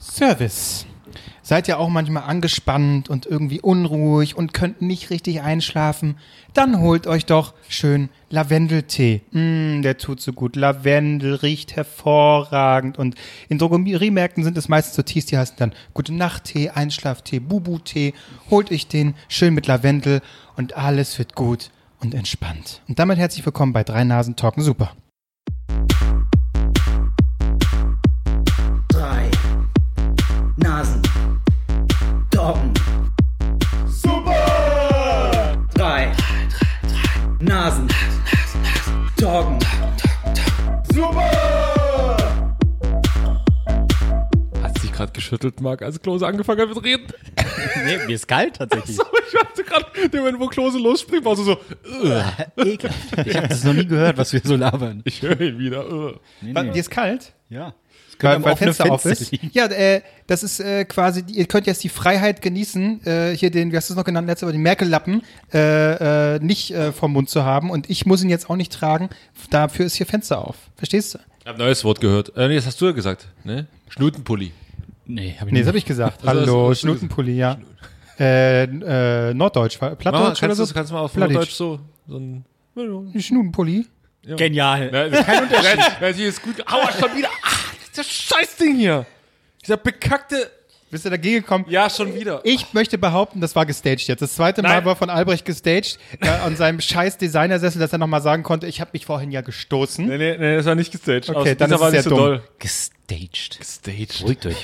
Service. Seid ihr auch manchmal angespannt und irgendwie unruhig und könnt nicht richtig einschlafen? Dann holt euch doch schön Lavendeltee. Mm, der tut so gut. Lavendel riecht hervorragend. Und in Drogeriemärkten sind es meistens so Tees, die heißen dann Gute Nacht Tee, Einschlaftee, Bubu-Tee. Holt euch den schön mit Lavendel und alles wird gut und entspannt. Und damit herzlich willkommen bei Drei Nasen Talken Super. drei Nasen. Doggen. Super! Drei Nasen. Doggen. Hat sich gerade geschüttelt, Marc, als Klose angefangen hat mit Reden. Nee, mir ist kalt tatsächlich. So, ich hatte gerade, den Moment, wo Klose losspringt, war so so, äh, Ekelhaft. Ich habe das noch nie gehört, was wir so labern. ich höre ihn wieder. Äh. Wann- Dir ist kalt? Ja. Es Genau, weil, weil Fenster, auf ist. Ja, äh, das ist äh, quasi, die- ihr könnt jetzt die Freiheit genießen, äh, hier den, wie hast du es noch genannt, letztes Mal, den Merkel-Lappen äh, äh, nicht äh, vom Mund zu haben und ich muss ihn jetzt auch nicht tragen, dafür ist hier Fenster auf. Verstehst du? Ich habe ein neues Wort gehört. Äh, nee, das hast du ja gesagt, ne? Schnutenpulli. Nee, hab ich Nee, nicht. das habe ich gesagt. Also, Hallo, das hast du Schnutenpulli, ja. Äh, äh, Norddeutsch, war- Ah, Plattdeutsch oder kannst, so? du, kannst du mal auf Plattdeutsch. Deutsch so, so ein... Schnutenpulli? Genial. Nein, das ist kein Unterschied. Nein, sie ist gut. Aua, schon wieder. Ah, das Scheißding hier. Dieser bekackte... Bist du dagegen gekommen? Ja, schon wieder. Ich möchte behaupten, das war gestaged jetzt. Das zweite Mal Nein. war von Albrecht gestaged äh, an seinem scheiß Designersessel, dass er nochmal sagen konnte, ich habe mich vorhin ja gestoßen. Nee, nee, nee, das war nicht gestaged. Okay, Aus- dann dieser ist es sehr dumm. Gestaged. Gestaged. Beruhigt euch.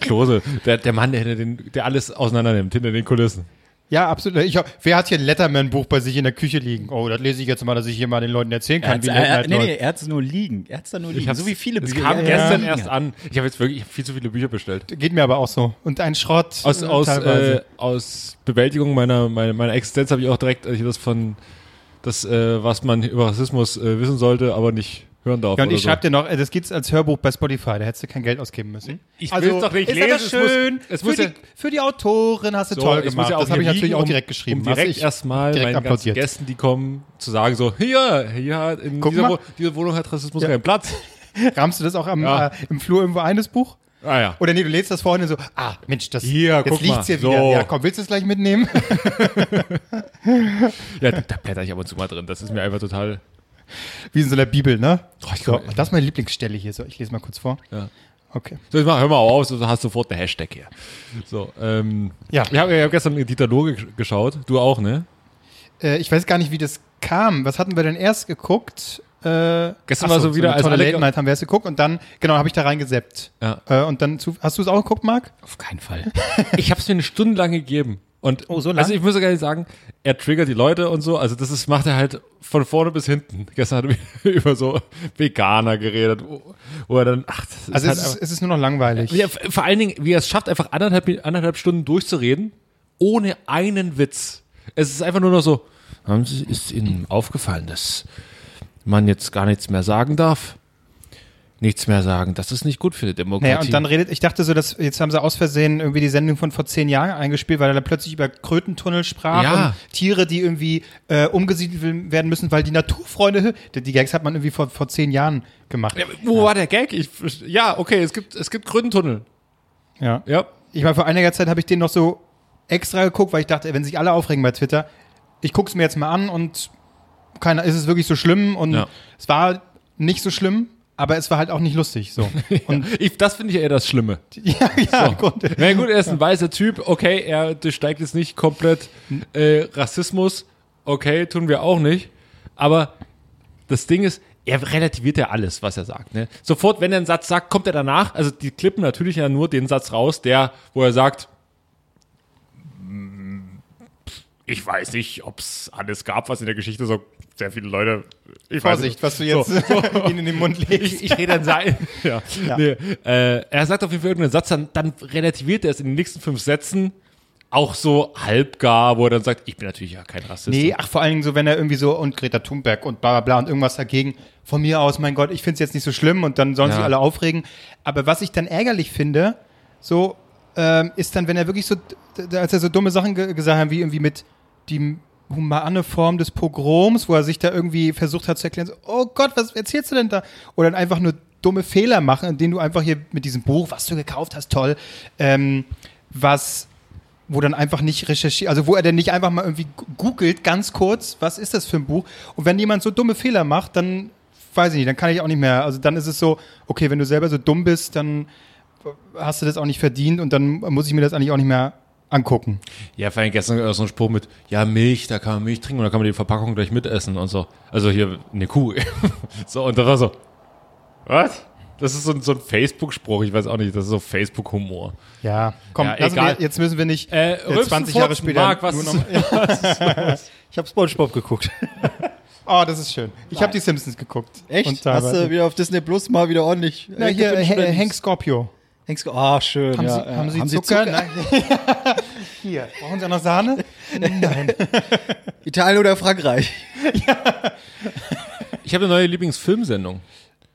Klose, der, der Mann, der, den, der alles auseinandernimmt hinter den Kulissen. Ja, absolut. Ich, hab- wer hat hier ein Letterman-Buch bei sich in der Küche liegen? Oh, das lese ich jetzt mal, dass ich hier mal den Leuten erzählen Er kann, hat's, wie äh, Late äh, Night nee, läuft. nee, er hat's nur liegen. Er hat's da nur liegen. so wie viele Es Bücher. kam Ja, ja, gestern ja. erst an. Ich habe jetzt wirklich ich hab viel zu viele Bücher bestellt. Geht mir aber auch so. Und ein Schrott. Aus, äh, aus, teilweise. äh, aus Bewältigung meiner, meiner, meiner Existenz habe ich auch direkt äh, hier das von das, äh, was man über Rassismus äh, wissen sollte, aber nicht hören darf. ja, und oder ich so. schreibe dir noch, äh, das gibt's als Hörbuch bei Spotify, da hättest du kein Geld ausgeben müssen. Hm? Also, Ich will's doch nicht ist das lesen, es muss- schön. es muss für, ja- die, für die Autorin hast du So, toll es muss gemacht. ja auch das habe ich hier natürlich liegen, auch um- direkt geschrieben. Um Hast direkt ich erstmal direkt meinen ganzen applaudiert. Gästen, die kommen, zu sagen so, hier, hier, in Guck dieser, mal. Wo diese Wohnung hat Rassismus Ja. keinen Platz. Rahmst du das auch am, Ja. äh, im Flur irgendwo eines Buch? Ah ja. Oder nee, du lädst das vorhin so, ah, Mensch, das Hier, jetzt guck liegt's mal. hier wieder. So. Ja, komm, willst du es gleich mitnehmen? ja, da- da blätter ich ab und zu mal drin. Das ist mir einfach total... Wie in so einer Bibel, ne? Oh, ich So, komm- das ist meine Lieblingsstelle hier. So, ich lese mal kurz vor. Ja. Okay. So, jetzt mach, hör mal auf, so hast sofort einen Hashtag hier. So, ähm, Ja. Ich habe ich hab gestern Dieter Loh ge- geschaut. Du auch, ne? Äh, ich weiß gar nicht, wie das kam. Was hatten wir denn erst geguckt? Äh, Gestern ach war so wieder, eine als tolle alle- Late Night haben wir erst geguckt und dann, genau, habe ich da reingeseppt. Ja. Äh, und dann, zu, hast du es auch geguckt, Marc? Auf keinen Fall. Ich habe es mir eine Stunde lang gegeben. Und Oh, so lang? Also ich muss ehrlich sagen, er triggert die Leute und so. Also das ist, macht er halt von vorne bis hinten. Gestern hat er über so Veganer geredet, wo, wo er dann, ach, das Also ist es, halt ist, es ist nur noch langweilig. einfach, ja, v- vor allen Dingen, wie er es schafft, einfach anderthalb, anderthalb Stunden durchzureden, ohne einen Witz. Es ist einfach nur noch so, haben Sie, ist Ihnen aufgefallen, dass man jetzt gar nichts mehr sagen darf? Nichts mehr sagen, das ist nicht gut für die Demokratie. Naja, und dann redet, ich dachte so, dass jetzt haben sie aus Versehen irgendwie die Sendung von vor zehn Jahren eingespielt, weil er da plötzlich über Krötentunnel sprach Ja. und Tiere, die irgendwie äh, umgesiedelt werden müssen, weil die Naturfreunde, die, die Gags hat man irgendwie vor, vor zehn Jahren gemacht. Ja, wo war der Gag? Ich, ja, okay, es gibt, es gibt Gründentunnel. Ja. Ja. Ich meine, vor einiger Zeit habe ich den noch so extra geguckt, weil ich dachte, wenn sich alle aufregen bei Twitter, ich gucke es mir jetzt mal an und keiner, ist es wirklich so schlimm? Und Ja. es war nicht so schlimm, aber es war halt auch nicht lustig. So. Und Ich, das finde ich ja eher das Schlimme. ja, ja, gut. Na gut, er ist ein weißer Typ. Okay, er durchsteigt jetzt nicht komplett äh, Rassismus. Okay, tun wir auch nicht. Aber das Ding ist, er relativiert ja alles, was er sagt. Ne? Sofort, wenn er einen Satz sagt, kommt er danach. Also die klippen natürlich ja nur den Satz raus, der, wo er sagt, "Hm, ich weiß nicht, ob es alles gab, was in der Geschichte so sehr viele Leute. Ich weiß Vorsicht, nicht. was du jetzt ihnen in den Mund legst. Ich, ich rede dann sein. ja. Nee, äh, er sagt auf jeden Fall irgendeinen Satz, dann, dann relativiert er es in den nächsten fünf Sätzen auch so halbgar, wo er dann sagt, ich bin natürlich ja kein Rassist. Nee, ach, vor allen Dingen so, wenn er irgendwie so und Greta Thunberg und bla bla bla und irgendwas dagegen. Von mir aus, mein Gott, ich finde es jetzt nicht so schlimm und dann sollen Ja. sich alle aufregen. Aber was ich dann ärgerlich finde, so, ähm, ist dann, wenn er wirklich so, d- d- als er so dumme Sachen ge gesagt hat, wie irgendwie mit die humane Form des Pogroms, wo er sich da irgendwie versucht hat zu erklären, so, oh Gott, was erzählst du denn da? Oder dann einfach nur dumme Fehler machen, indem du einfach hier mit diesem Buch, was du gekauft hast, toll, ähm, was wo dann einfach nicht recherchiert, also wo er dann nicht einfach mal irgendwie googelt, ganz kurz, was ist das für ein Buch? Und wenn jemand so dumme Fehler macht, dann weiß ich nicht, dann kann ich auch nicht mehr. Also dann ist es so, okay, wenn du selber so dumm bist, dann hast du das auch nicht verdient und dann muss ich mir das eigentlich auch nicht mehr angucken. Ja, vor allem gestern äh, so ein Spruch mit, ja, Milch, da kann man Milch trinken und da kann man die Verpackung gleich mitessen und so. Also hier eine Kuh. so, und das war so, was? Das ist so, ein- so ein Facebook-Spruch, ich weiß auch nicht, das ist so Facebook-Humor. Ja, komm, Ja, lassen egal. Wir, jetzt müssen wir nicht Äh, äh, Rülpsen, 20 Jahre Furzen, später Marc, was nur ist- noch. Ich habe SpongeBob geguckt. Oh, das ist schön. Ich habe die Simpsons geguckt. Und Hast teilweise- du wieder auf Disney Plus mal wieder ordentlich? Na, hier, äh, Hank Scorpio. Hanks. Ah, schön. Haben, ja, Sie, ja. haben, Sie, Zucker? Nein. hier, brauchen Sie auch noch Sahne? Nein. Italien oder Frankreich? Ich habe eine neue Lieblingsfilmsendung.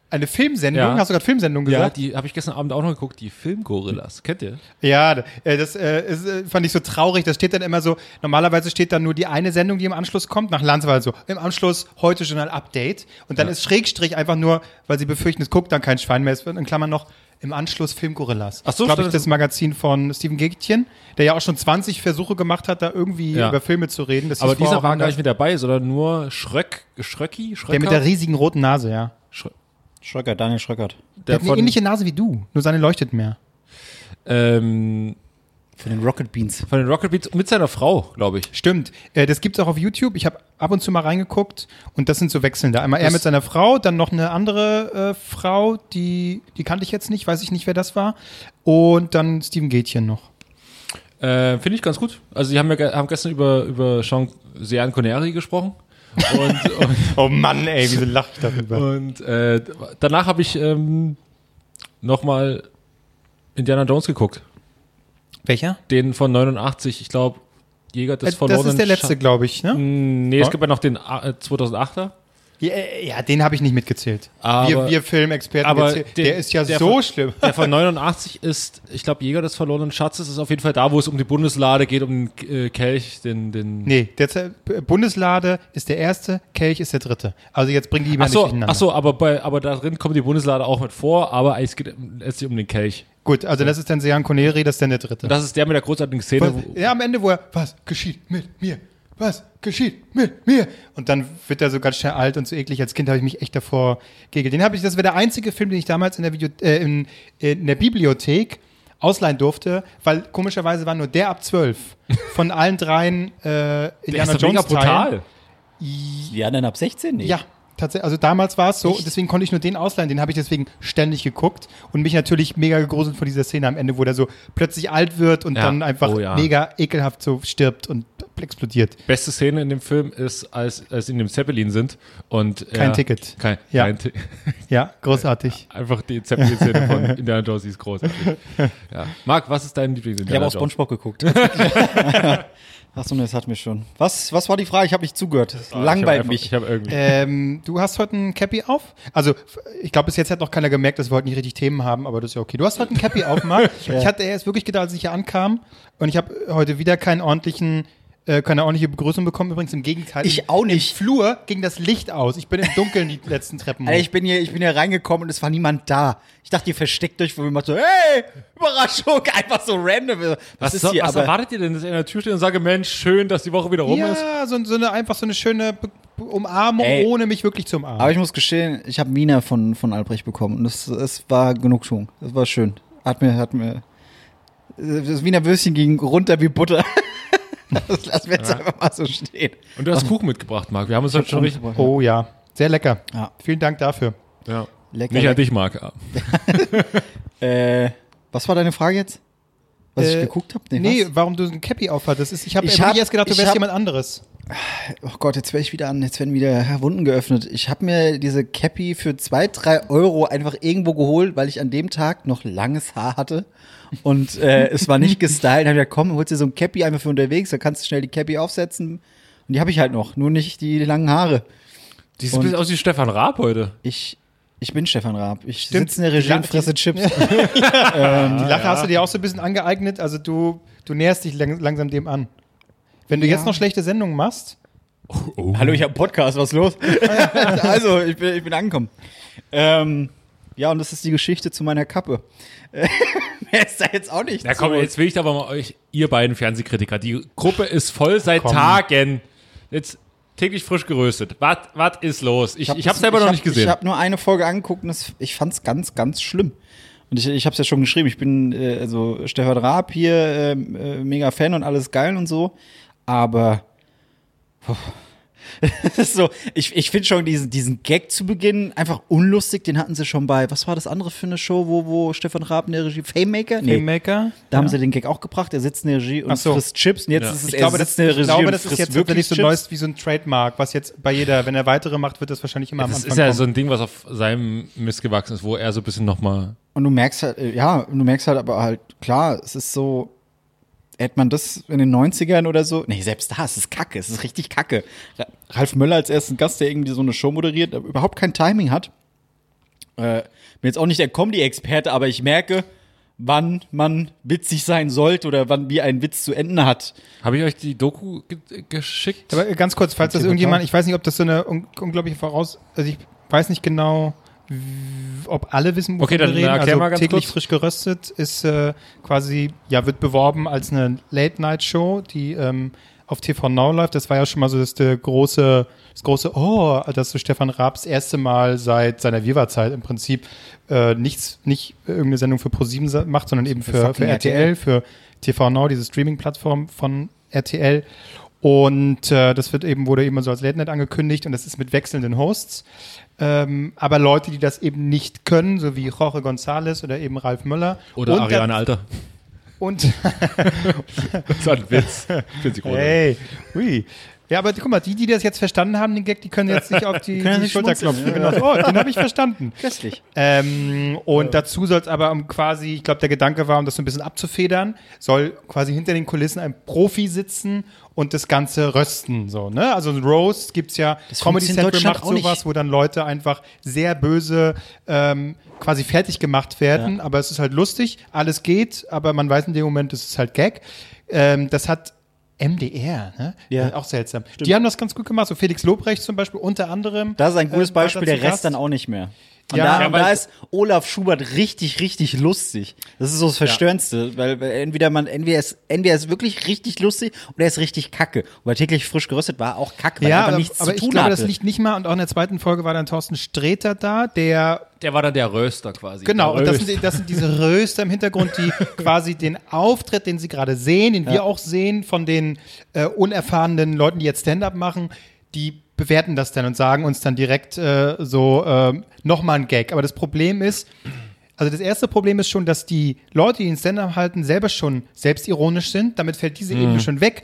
Eine Filmsendung? Ja. Hast du gerade Filmsendung Ja, gesagt? die habe ich gestern Abend auch noch geguckt, die Filmgorillas. Kennt ihr? Ja, d- äh, das äh, ist, äh, fand ich so traurig. Das steht dann immer so, normalerweise steht dann nur die eine Sendung, die im Anschluss kommt, nach Landswahl so. Im Anschluss heute Journal Update. Und dann ist Schrägstrich einfach nur, weil sie befürchten, es guckt dann kein Schwein mehr. Es wird in Klammern noch im Anschluss Film Gorillas. Ach so, glaube ich, stand- das Magazin von Steven Gätchen, der ja auch schon 20 Versuche gemacht hat, da irgendwie Ja. über Filme zu reden. Das Aber hieß vorher dieser auch war gar anders. nicht mit dabei, sondern nur Schröck, Schröcki? Schröcker? Der mit der riesigen roten Nase, ja. Schrö- Schröckert, Daniel Schröckert. Der der hat eine von, ähnliche Nase wie du, nur seine leuchtet mehr. ähm, Für den Rocket Beans. von den Rocket Beats mit seiner Frau, glaube ich. Stimmt. Äh, das gibt's auch auf YouTube. Ich habe ab und zu mal reingeguckt und das sind so wechselnde. Einmal er Das- mit seiner Frau, dann noch eine andere äh, Frau, die, die kannte ich jetzt nicht, weiß ich nicht, wer das war. Und dann Steven Gätchen noch. Äh, Finde ich ganz gut. Also, die haben, ja, ge- haben gestern über, über Sean Sean Connery gesprochen. Und, und Oh Mann, ey, wieso lache ich darüber? Und äh, danach habe ich ähm, nochmal Indiana Jones geguckt. Welcher? Den von 89, ich glaube, Jäger Äh, des das verlorenen ist der Scha- letzte, glaube ich, ne? Nee, es gibt ja noch den äh, 2008er. Ja, äh, ja den habe ich nicht mitgezählt. Aber- wir, wir Filmexperten, aber wir zäh- den- der ist ja der so von- schlimm. Der von 89 ist, ich glaube, Jäger des verlorenen Schatzes ist auf jeden Fall da, wo es um die Bundeslade geht, um den äh, Kelch, den, den Nee, der Z- Bundeslade ist der erste, Kelch ist der dritte. Also jetzt bringen die immer Ach so, nicht durcheinander. ach so, aber, bei, aber darin kommt die Bundeslade auch mit vor, aber es geht letztlich um den Kelch. Gut, also das ist dann Sean Connery, das ist dann der dritte. Und das ist der mit der großartigen Szene, Was, wo, ja, am Ende, wo er, was geschieht mit mir? Was geschieht mit mir? Und dann wird er so ganz schnell alt und so eklig. Als Kind habe ich mich echt davor gegelt. Den habe ich, das wäre der einzige Film, den ich damals in der, Video, äh, in, in der Bibliothek ausleihen durfte, weil komischerweise war nur der ab 12 von allen dreien äh, der Indiana ist doch mega Jones Teilen. brutal. Die anderen ab 16? Nee. Ja, tatsächlich. Also damals war es so, deswegen konnte ich nur den ausleihen. Den habe ich deswegen ständig geguckt und mich natürlich mega gegruselt von dieser Szene am Ende, wo der so plötzlich alt wird und Ja. dann einfach Oh ja. mega ekelhaft so stirbt und explodiert. Beste Szene in dem Film ist, als, als sie in dem Zeppelin sind und Kein äh, Ticket. Kein, Ja. kein Ti- Ja, großartig. einfach die Zeppelin-Szene von Indiana Jones, die ist großartig. Ja. Marc, was ist dein Lieblings Ich habe Indiana auch Jones? SpongeBob geguckt. Achso, nee, das hat mir schon. Was, was war die Frage? Ich habe nicht zugehört. Das langweilt ich hab einfach- mich. Ich habe irgendwie. Ähm, du hast heute ein Cappy auf? Also, f- ich glaube, bis jetzt hat noch keiner gemerkt, dass wir heute nicht richtig Themen haben, aber das ist ja okay. Du hast heute ein Cappy auf, Marc. Ich hatte erst wirklich gedacht, als ich hier ankam und ich habe heute wieder keinen ordentlichen, äh, keine ordentliche Begrüßung bekommen. Übrigens, im Gegenteil. Ich auch Im nicht. Flur ging das Licht aus. Ich bin im Dunkeln die letzten Treppen hoch. Alter, ich bin hier, ich bin hier reingekommen und es war niemand da. Ich dachte, ihr versteckt euch, wo wir mal so, hey, Überraschung, einfach so random. Was, was ist so- hier? was aber erwartet ihr denn, dass ihr in der Tür steht und sage, Mensch, schön, dass die Woche wieder rum ist? ja, so, so eine, einfach so eine schöne Be- Be- Umarmung, Ey. ohne mich wirklich zu umarmen. Aber ich muss gestehen, ich habe Mina von, von Albrecht bekommen. Und das, es war Genugtuung. Das war schön. Hat mir, hat mir. Das Wiener Würstchen ging runter wie Butter. Das lassen wir jetzt einfach mal so stehen. Und du hast Kuchen mitgebracht, Marc. Wir haben uns heute halt schon richtig. oh ja, sehr lecker. Ja. Vielen Dank dafür. Ja. Lecker, Nicht an lecker. dich, Marc. Äh, was war deine Frage jetzt? Was ich Äh, geguckt habe? Nee, warum du ein Cappy aufhattest. ist- Ich habe Ich wirklich hab- erst gedacht, du ich wärst hab- jemand anderes. Oh Gott, jetzt werde ich wieder an, jetzt werden wieder ja, Wunden geöffnet. Ich habe mir diese Cappy für zwei, drei Euro einfach irgendwo geholt, weil ich an dem Tag noch langes Haar hatte und äh, es war nicht gestylt. Da hab ich gesagt, komm, holst dir so ein Cappy einfach für unterwegs, da kannst du schnell die Cappy aufsetzen. Und die habe ich halt noch, nur nicht die langen Haare. Die sieht ein bisschen aus wie Stefan Raab heute. Ich, ich bin Stefan Raab. Ich Stimmt. sitze in der Regie und Die- fresse Chips. Die Ah, Lache hast du dir auch so ein bisschen angeeignet. Also du, du näherst dich lang, langsam dem an. Wenn du Ja. jetzt noch schlechte Sendungen machst, Oh. Ah, Hallo, ich habe einen Podcast, was ist los? also, ich bin, ich bin angekommen. Ähm, Ja, und das ist die Geschichte zu meiner Kappe. Äh, Mehr ist da jetzt auch nicht. Na komm, zu. jetzt will ich aber mal euch, ihr beiden Fernsehkritiker, die Gruppe ist voll seit Komm. Tagen. Jetzt täglich frisch geröstet. Was was ist los? Ich, ich das- habe selber noch hab- nicht gesehen. Ich habe nur eine Folge angeguckt und das, ich fand es ganz, ganz schlimm. Und ich, ich habe es ja schon geschrieben, ich bin äh, also Stefan Raab hier, ähm, äh, mega Fan und alles geil und so. Aber das ist so, ich, ich finde schon diesen, diesen Gag zu Beginn einfach unlustig. Den hatten sie schon bei, was war das andere für eine Show, wo, wo Stefan Raab in der Regie, Fame Maker? Nee, Filmmaker. da haben sie den Gag auch gebracht. Er sitzt in der Regie und Ach so. frisst Chips. Und jetzt Ja. ist es, Ich er glaube, das, sitzt in der ich Regie glaube, und das ist frisst jetzt wirklich wirklich so ein Chips. neues wie so ein Trademark, was jetzt bei jeder, wenn er weitere macht, wird das wahrscheinlich immer am Das Anfang ist ja kommen. so ein Ding, was auf seinem Mist gewachsen ist, wo er so ein bisschen nochmal. Und du merkst halt, äh, ja, und du merkst halt aber halt, klar, es ist so, hätte man das in den 90ern oder so, nee, selbst da, es ist kacke, es ist richtig kacke. Ra- Ralf Möller als ersten Gast, der irgendwie so eine Show moderiert, aber überhaupt kein Timing hat. Äh, bin jetzt auch nicht der Comedy-Experte, aber ich merke, wann man witzig sein sollte oder wann wie ein Witz zu enden hat. Habe ich euch die Doku ge geschickt? Aber ganz kurz, falls das Thema irgendjemand, klar. ich weiß nicht, ob das so eine un unglaubliche Voraus, also ich weiß nicht genau, w- ob alle wissen, Okay, dann, wir reden. erklär Also mal ganz täglich kurz. frisch geröstet ist äh, quasi, ja, wird beworben als eine Late-Night-Show, die ähm, auf TV Now läuft. Das war ja schon mal so das der große, das große, oh, dass so Stefan Raabs erste Mal seit seiner Viva-Zeit im Prinzip äh, nichts, nicht irgendeine Sendung für ProSieben 7 macht, sondern eben für, für fucking RTL, für TV Now, diese Streaming-Plattform von RTL. Und äh, das wird eben, wurde eben so als Late Night angekündigt und das ist mit wechselnden Hosts. Ähm, aber Leute, die das eben nicht können, so wie Jorge González oder eben Ralf Möller. Oder und Ariane Alter. Und, Das war ein Witz. Für Sekunde. hey, ui. Ja, aber guck mal, die, die das jetzt verstanden haben, den Gag, die können jetzt nicht auf die, können die nicht Schulter klopfen. schmunzeln, Genau. so, Oh, den habe ich verstanden. Köstlich. Ähm, und dazu soll es aber um quasi, ich glaube, der Gedanke war, um das so ein bisschen abzufedern, soll quasi hinter den Kulissen ein Profi sitzen und das Ganze rösten. So, ne? Also ein Roast gibt's ja, Das Comedy funktioniert in Central Deutschland macht auch nicht. sowas, wo dann Leute einfach sehr böse ähm, quasi fertig gemacht werden, aber es ist halt lustig, alles geht, aber man weiß in dem Moment, es ist halt Gag. Ähm, das hat MDR, ne? Ja. Äh, Auch seltsam. Die haben das ganz gut gemacht, so Felix Lobrecht zum Beispiel unter anderem. Das ist ein gutes ähm, war Beispiel, da der zu Rest Gast. dann auch nicht mehr. Und, Ja, da, ja, und weil- da ist Olaf Schubert richtig, richtig lustig. Das ist so das Verstörendste, weil, weil entweder man, entweder ist, entweder ist wirklich richtig lustig oder er ist richtig kacke. Und weil täglich frisch geröstet war auch kacke, weil er einfach nichts zu tun ich glaube, hatte. das liegt nicht mal. Und auch in der zweiten Folge war dann Thorsten Sträter da, der Der war dann der Röster quasi. Genau, Der und das Röst. sind, die- das sind diese Röster im Hintergrund, die quasi den Auftritt, den sie gerade sehen, den wir auch sehen, von den äh, unerfahrenen Leuten, die jetzt Stand-up machen, die bewerten das dann und sagen uns dann direkt äh, so ähm, nochmal ein Gag. Aber das Problem ist, also das erste Problem ist schon, dass die Leute, die den Stand-up halten, selber schon selbstironisch sind. Damit fällt diese Ebene schon weg.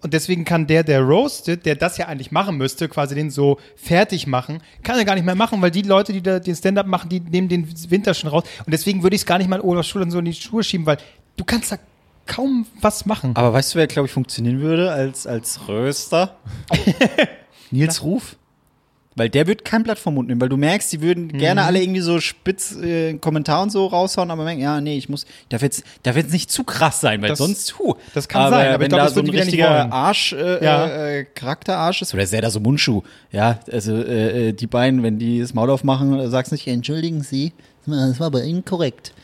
Und deswegen kann der, der roastet, der das ja eigentlich machen müsste, quasi den so fertig machen, kann er gar nicht mehr machen, weil die Leute, die da den Stand-up machen, die nehmen den Winter schon raus. Und deswegen würde ich es gar nicht mal Olaf Schulen so in die Schuhe schieben, weil du kannst da kaum was machen. Aber weißt du, wer, glaube ich, funktionieren würde als, als Röster? Nils Ruf. Weil der wird kein Blatt vom Mund nehmen, weil du merkst, die würden gerne Mhm. alle irgendwie so spitz äh, Kommentar und so raushauen, aber merken, ja, nee, ich muss, darf jetzt, darf jetzt nicht zu krass sein, weil Das- sonst, huh. das kann sein, aber ich wenn glaub, da das so ein würden die wieder nicht wollen. richtiger Arsch, äh, Ja. äh, Charakterarsch ist, oder ist der da so Mundschuh? Ja, also äh, äh, die beiden, wenn die das Maul aufmachen, äh, sagst nicht, entschuldigen Sie, das war aber inkorrekt.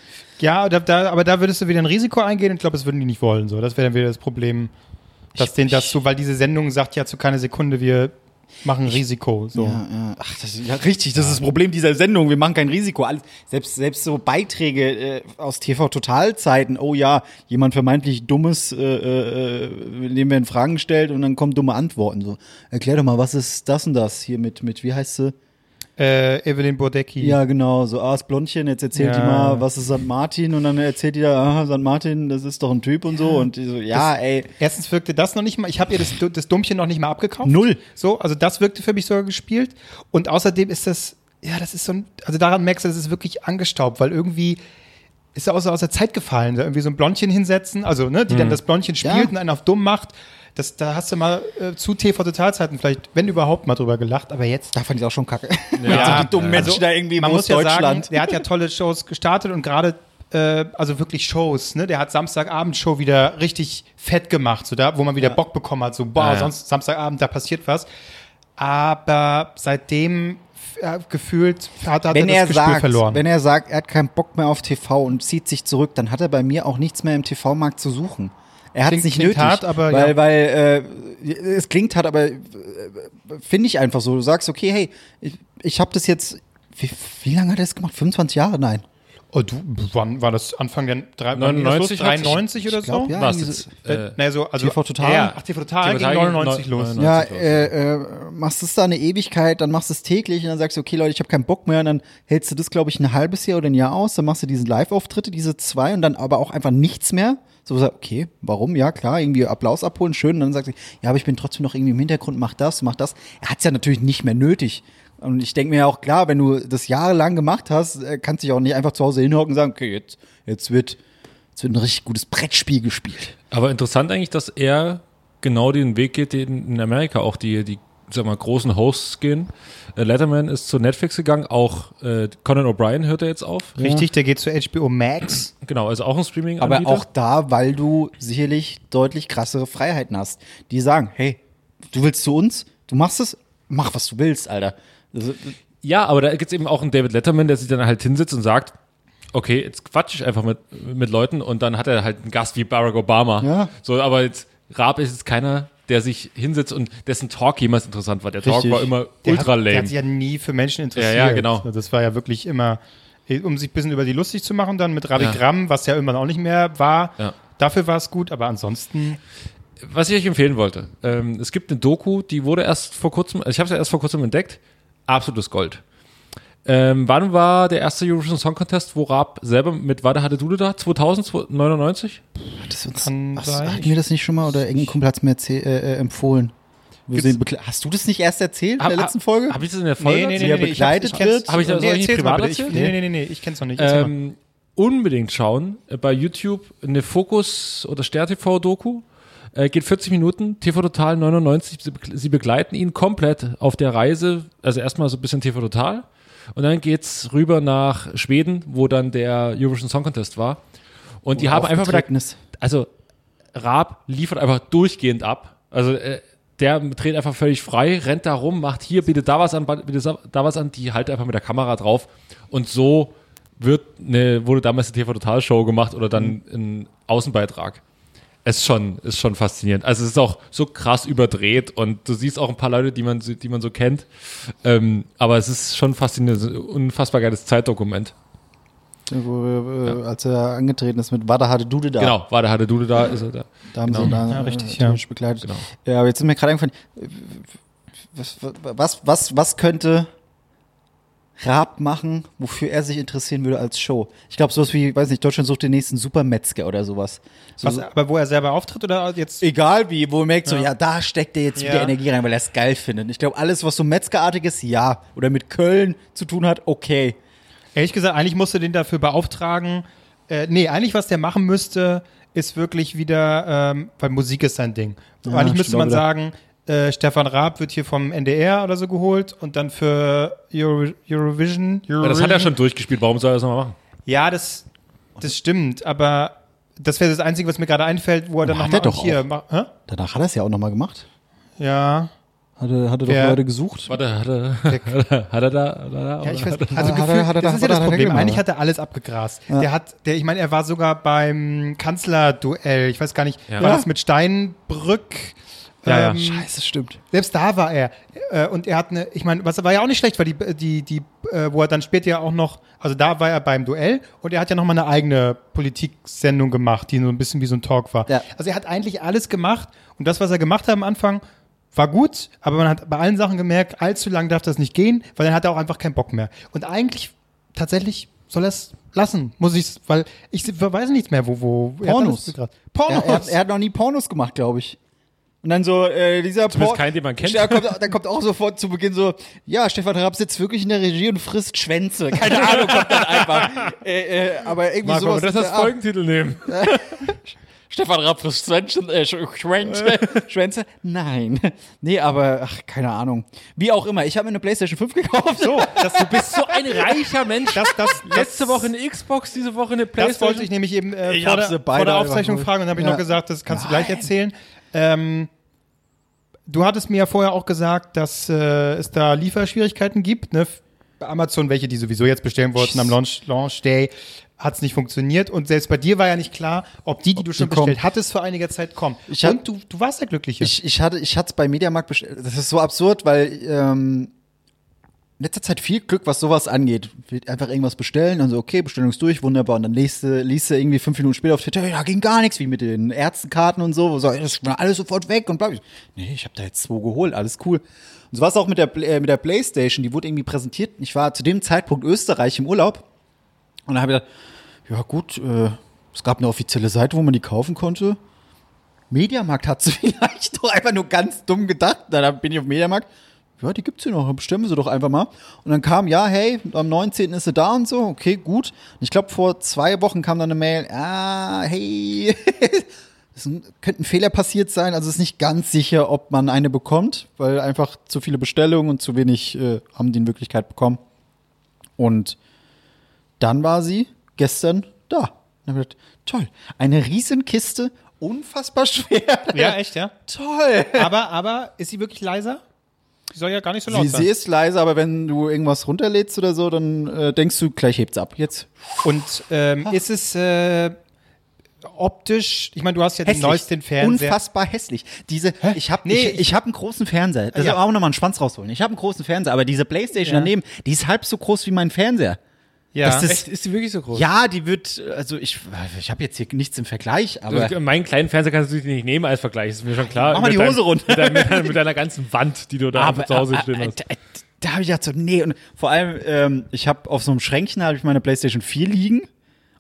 Ja, da, da, aber da würdest du wieder ein Risiko eingehen und ich glaube, das würden die nicht wollen. So, das wäre dann wieder das Problem, dass denen das so, weil diese Sendung sagt ja zu keiner Sekunde, wir machen Risiko. So. Ja, ja. Ach, das ist ja richtig. Das ist das Problem dieser Sendung. Wir machen kein Risiko. Alles, selbst, selbst so Beiträge äh, aus TV-Total-Zeiten. Oh ja, jemand vermeintlich Dummes, äh, äh, äh, dem wir in Fragen stellt und dann kommen dumme Antworten. So, erklär doch mal, was ist das und das hier mit, mit wie heißt sie? Äh, Evelyn Bodecki. Ja, genau. So, ah, das Blondchen, jetzt erzählt Ja. die mal, was ist St. Martin und dann erzählt die da, ah, St. Martin, das ist doch ein Typ und so. Und die so, ja, ey. Erstens wirkte das noch nicht mal, ich habe ihr das, das Dummchen noch nicht mal abgekauft. Null. So, also das wirkte für mich sogar gespielt. Und außerdem ist das, ja, das ist so ein, also daran merkst du, das ist wirklich angestaubt, weil irgendwie ist er aus, aus der Zeit gefallen. Da irgendwie so ein Blondchen hinsetzen, also, ne, die dann das Blondchen spielt Mhm. Ja. und einen auf dumm macht. Das, da hast du mal äh, zu TV-Totalzeiten vielleicht, wenn überhaupt, mal drüber gelacht. Aber jetzt Da fand ich auch schon kacke. Also, Ja. so die dummen Menschen da irgendwie Also man in muss ja sagen, Deutschland. der hat ja tolle Shows gestartet und gerade äh, also wirklich Shows, ne? Der hat Samstagabendshow wieder richtig fett gemacht, so da, wo man wieder Bock bekommen hat, so boah, Ah, ja. sonst Samstagabend da passiert was. Aber seitdem äh, gefühlt hat, hat Wenn er er, das Gespür sagt, verloren. wenn er sagt, er hat keinen Bock mehr auf TV und zieht sich zurück, dann hat er bei mir auch nichts mehr im TV-Markt zu suchen. Er hat es Klingt- nicht klingt nötig, hart, aber weil, ja. weil äh, es klingt hart, aber äh, finde ich einfach so. Du sagst, okay, hey, ich, ich habe das jetzt, wie, wie lange hat er das gemacht? 25 Jahre? Nein. oh, du, wann war das? Anfang der drei- wann ging das 99 los? 93 oder Ich glaub, so? ja, Was irgendwie jetzt? so- Äh, Äh, nee, so, also, TV Total? Ja, ach, TV Total, ging TV Total ging 99 neu- los. neu- neu- Ja, 90 oder so. äh, äh, machst es da eine Ewigkeit, dann machst du es täglich und dann sagst du, okay, Leute, ich habe keinen Bock mehr. Und dann hältst du das, glaube ich, ein halbes Jahr oder ein Jahr aus. Dann machst du diese Live-Auftritte, diese zwei und dann aber auch einfach nichts mehr. So sagst okay, warum? Ja, klar, irgendwie Applaus abholen, schön. Und dann sagst du, ja, aber ich bin trotzdem noch irgendwie im Hintergrund, mach das, mach das. Er hat es ja natürlich nicht mehr nötig. Und ich denke mir ja auch, klar, wenn du das jahrelang gemacht hast, äh, kannst du dich auch nicht einfach zu Hause hinhocken und sagen, okay, jetzt, jetzt, wird, jetzt wird ein richtig gutes Brettspiel gespielt. Aber interessant eigentlich, dass er genau den Weg geht, den in Amerika auch die, die sag mal, großen Hosts gehen. Äh, Letterman ist zu Netflix gegangen, auch äh, Conan O'Brien hört er jetzt auf. Richtig, der geht zu HBO Max. Genau, also auch ein streaming Aber auch da, weil du sicherlich deutlich krassere Freiheiten hast. Die sagen, hey, du willst zu uns, du machst es, mach was du willst, Alter. Also, Ja, aber da gibt's eben auch einen David Letterman, der sich dann halt hinsetzt und sagt, okay, jetzt quatsch ich einfach mit, mit Leuten und dann hat er halt einen Gast wie Barack Obama. Ja. So, aber jetzt, Raab ist jetzt keiner, der sich hinsetzt und dessen Talk jemals interessant war. Der Talk Richtig. war immer Der ultra hat, lame. Der hat sich ja nie für Menschen interessiert. Also Ja, ja, genau. Das war ja wirklich immer, eh, um sich ein bisschen über die lustig zu machen, dann mit Radigramm, was ja irgendwann auch nicht mehr war. Ja. Dafür war es gut, aber ansonsten was ich euch empfehlen wollte, ähm, es gibt eine Doku, die wurde erst vor kurzem, also ich habe sie erst vor kurzem entdeckt, absolutes Gold. Ähm, wann war der erste Eurovision Song Contest, wo Raab selber mit war der hatte Dude da? 2000, 99? hat das uns, Kann ach, sein. hatten wir das nicht schon mal oder irgendein Kumpel hat es mir erzähl- äh, äh, empfohlen? Wo Gibt's- sie bekle- Hast du das nicht erst erzählt in der letzten Folge? Habe ich das in der Folge? nee, nee, nee, ich hab's- ich kenn's- Hab ich das auch nicht erzähl's mal privat bitte. Ich, erzählt? nee, nee, nee, nee, ich kenn's noch nicht. Erzähl mal. ähm, unbedingt schauen. Äh, Bei YouTube eine Fokus- oder Stern-TV-Doku. Äh, geht 40 Minuten, TV Total 99. Sie, be- sie begleiten ihn komplett auf der Reise. Also erstmal so ein bisschen TV Total. Und dann geht's rüber nach Schweden, wo dann der Eurovision Song Contest war. Und die haben einfach Aufgetreten wieder, ist. also Raab liefert einfach durchgehend ab. Also äh, der dreht einfach völlig frei, rennt da rum, macht hier bitte da was an, bitte sa- da was an, die halt einfach mit der Kamera drauf. Und so wird eine, wurde damals die TV Total Show gemacht oder dann ein Außenbeitrag. Es ist schon, ist schon faszinierend. Also es ist auch so krass überdreht und du siehst auch ein paar Leute, die man, so- die man so kennt. Ähm, aber es ist schon faszinierend, Es ist ein unfassbar geiles Zeitdokument. Wo, äh, Als er angetreten ist mit Wada hatte Dude da. Genau, war der hatte Dude da, ist er da. Da haben sie ihn da Ja, äh, richtig, thematisch ja. begleitet. Genau. Ja, aber jetzt sind mir gerade eingefallen, äh, was, was, was, was könnte Raab machen, wofür er sich interessieren würde als Show? Ich glaube, sowas wie, weiß nicht, Deutschland sucht den nächsten Supermetzger oder sowas. So, was, aber wo er selber auftritt oder jetzt? Egal wie, wo man merkt, so, ja, da steckt er jetzt Ja. wieder Energie rein, weil er es geil findet. Ich glaube, alles, was so Metzgerartiges, ja. Oder mit Köln zu tun hat, okay. Ehrlich gesagt, eigentlich musst du den dafür beauftragen. Äh, nee, eigentlich, was der machen müsste, ist wirklich wieder, ähm, weil Musik ist sein Ding. So, Ja, eigentlich müsste stimmt man wieder. sagen, äh, Stefan Raab wird hier vom NDR oder so geholt und dann für Euro, Eurovision, Ja, Eurovision. das hat er schon durchgespielt, warum soll er das nochmal machen? Ja, das, das stimmt, aber das wäre das Einzige, was mir gerade einfällt, wo er dann Macht nochmal er doch und hier. Mach, hä? Danach hat er es ja auch nochmal gemacht. Ja. Hatte, hatte doch Wer- Leute gesucht. Warte, hat er, hat er da, hat er da? Ja, ich oder? weiß, also Hat er- gefühlt, hat er da- das ist ja hat er das da Problem. Regeln, Eigentlich oder? hat er alles abgegrast. Der hat, der, ich meine, er war sogar beim Kanzlerduell, ich weiß gar nicht, Ja. war Ja. das mit Steinbrück? ähm, Ja, ja. Scheiße, stimmt. Selbst da war er. Äh, Und er hat eine, ich meine, was war ja auch nicht schlecht, weil die, die, die, äh, wo er dann später ja auch noch, also da war er beim Duell und er hat ja nochmal eine eigene Politiksendung gemacht, die so ein bisschen wie so ein Talk war. Ja. Also er hat eigentlich alles gemacht und das, was er gemacht hat am Anfang, war gut, aber man hat bei allen Sachen gemerkt, allzu lang darf das nicht gehen, weil dann hat er auch einfach keinen Bock mehr. Und eigentlich, tatsächlich, soll er es lassen, muss ich, weil ich weiß nichts mehr, wo, wo. er hat Pornos. alles gegrasst. Pornos. Ja, er, hat, er hat noch nie Pornos gemacht, glaube ich. Und dann so, äh, dieser Zumindest keinen, den man kennt. Da kommt, dann kommt auch sofort zu Beginn so, ja, Stefan Raab sitzt wirklich in der Regie und frisst Schwänze. Keine Ahnung, kommt dann einfach. Äh, äh, aber irgendwie Marco, sowas. aber das ist als da ah, ab. Folgentitel nehmen. Stefan Raab frisst Schwänze, äh, Sch- Schwänze, Schwänze? Nein. Nee, aber, ach, keine Ahnung. Wie auch immer, ich habe mir eine Playstation 5 gekauft. so, das, du bist so Ein reicher Mensch. das, das, das, Letzte Woche eine Xbox, diese Woche eine Das Playstation. wollte ich nämlich eben äh, Ich vor, hab der, sie vor beide der Aufzeichnung überholt. fragen und habe ich Ja. noch gesagt, das kannst du gleich Nein. erzählen. Ähm, Du hattest mir ja vorher auch gesagt, dass äh, es da Lieferschwierigkeiten gibt. Ne? Bei Amazon, welche die sowieso jetzt bestellen wollten am Launch, Launch Day, hat es nicht funktioniert. Und selbst bei dir war ja nicht klar, ob die, die du die schon kommen. bestellt hattest, vor einiger Zeit kommen. Ich hab- Und du, du warst der Glückliche. Ich, ich hatte ich hatte es bei Mediamarkt bestellt. Das ist so absurd, weil ähm, in letzter Zeit viel Glück, was sowas angeht. Wird einfach irgendwas bestellen und so, okay, Bestellung ist durch, wunderbar. Und dann nächste, liest du irgendwie fünf Minuten später auf Twitter, ja, ging gar nichts, wie mit den Ärztenkarten und so. so das war alles sofort weg und bla. Ich, nee, ich habe da jetzt zwei geholt, alles cool. Und so war es auch mit der, Pl- äh, mit der Playstation, die wurde irgendwie präsentiert. Ich war zu dem Zeitpunkt Österreich im Urlaub und da habe ich gedacht, ja gut, äh, es gab eine offizielle Seite, wo man die kaufen konnte. Mediamarkt hat sie vielleicht doch einfach nur ganz dumm gedacht. Dann bin ich auf Mediamarkt. Ja, die gibt's hier noch, dann bestellen wir sie doch einfach mal. Und dann kam, ja, hey, am 19. ist sie da und so, okay, gut. Und ich glaube, vor zwei Wochen kam dann eine Mail, ah, hey, es könnte ein Fehler passiert sein, also es ist nicht ganz sicher, ob man eine bekommt, weil einfach zu viele Bestellungen und zu wenig äh, haben die in Wirklichkeit bekommen. Und dann war sie gestern da. Und dann hab ich gedacht, toll, eine Riesenkiste, unfassbar schwer. ja, echt, ja. Toll. Aber, aber ist sie wirklich leiser? Sie soll ja gar nicht so laut Sie, sein. sie ist leise, aber wenn du irgendwas runterlädst oder so, dann äh, denkst du, gleich hebt's ab. Jetzt. Und ähm, ist es äh, optisch, ich meine, du hast ja den neuesten Fernseher. Unfassbar hässlich. Diese, ich habe Nee, ich, ich hab einen großen Fernseher. Das Ja. ja. auch nochmal einen Schwanz rausholen. Ich habe einen großen Fernseher, aber diese Playstation Ja. daneben, die ist halb so groß wie mein Fernseher. Ja. Das ist, Echt, ist die wirklich so groß? ja, die wird, also ich, ich habe jetzt hier nichts im Vergleich, aber Also, meinen kleinen Fernseher kannst du nicht nehmen als Vergleich, ist mir schon klar. Mach mal Mit die deinem- Hose runter. Mit deiner, mit deiner, mit deiner ganzen Wand, die du da zu Hause stehen aber, äh, hast. Da, da habe ich gedacht so, nee, und vor allem, ähm, ich habe auf so einem Schränkchen habe ich meine PlayStation 4 liegen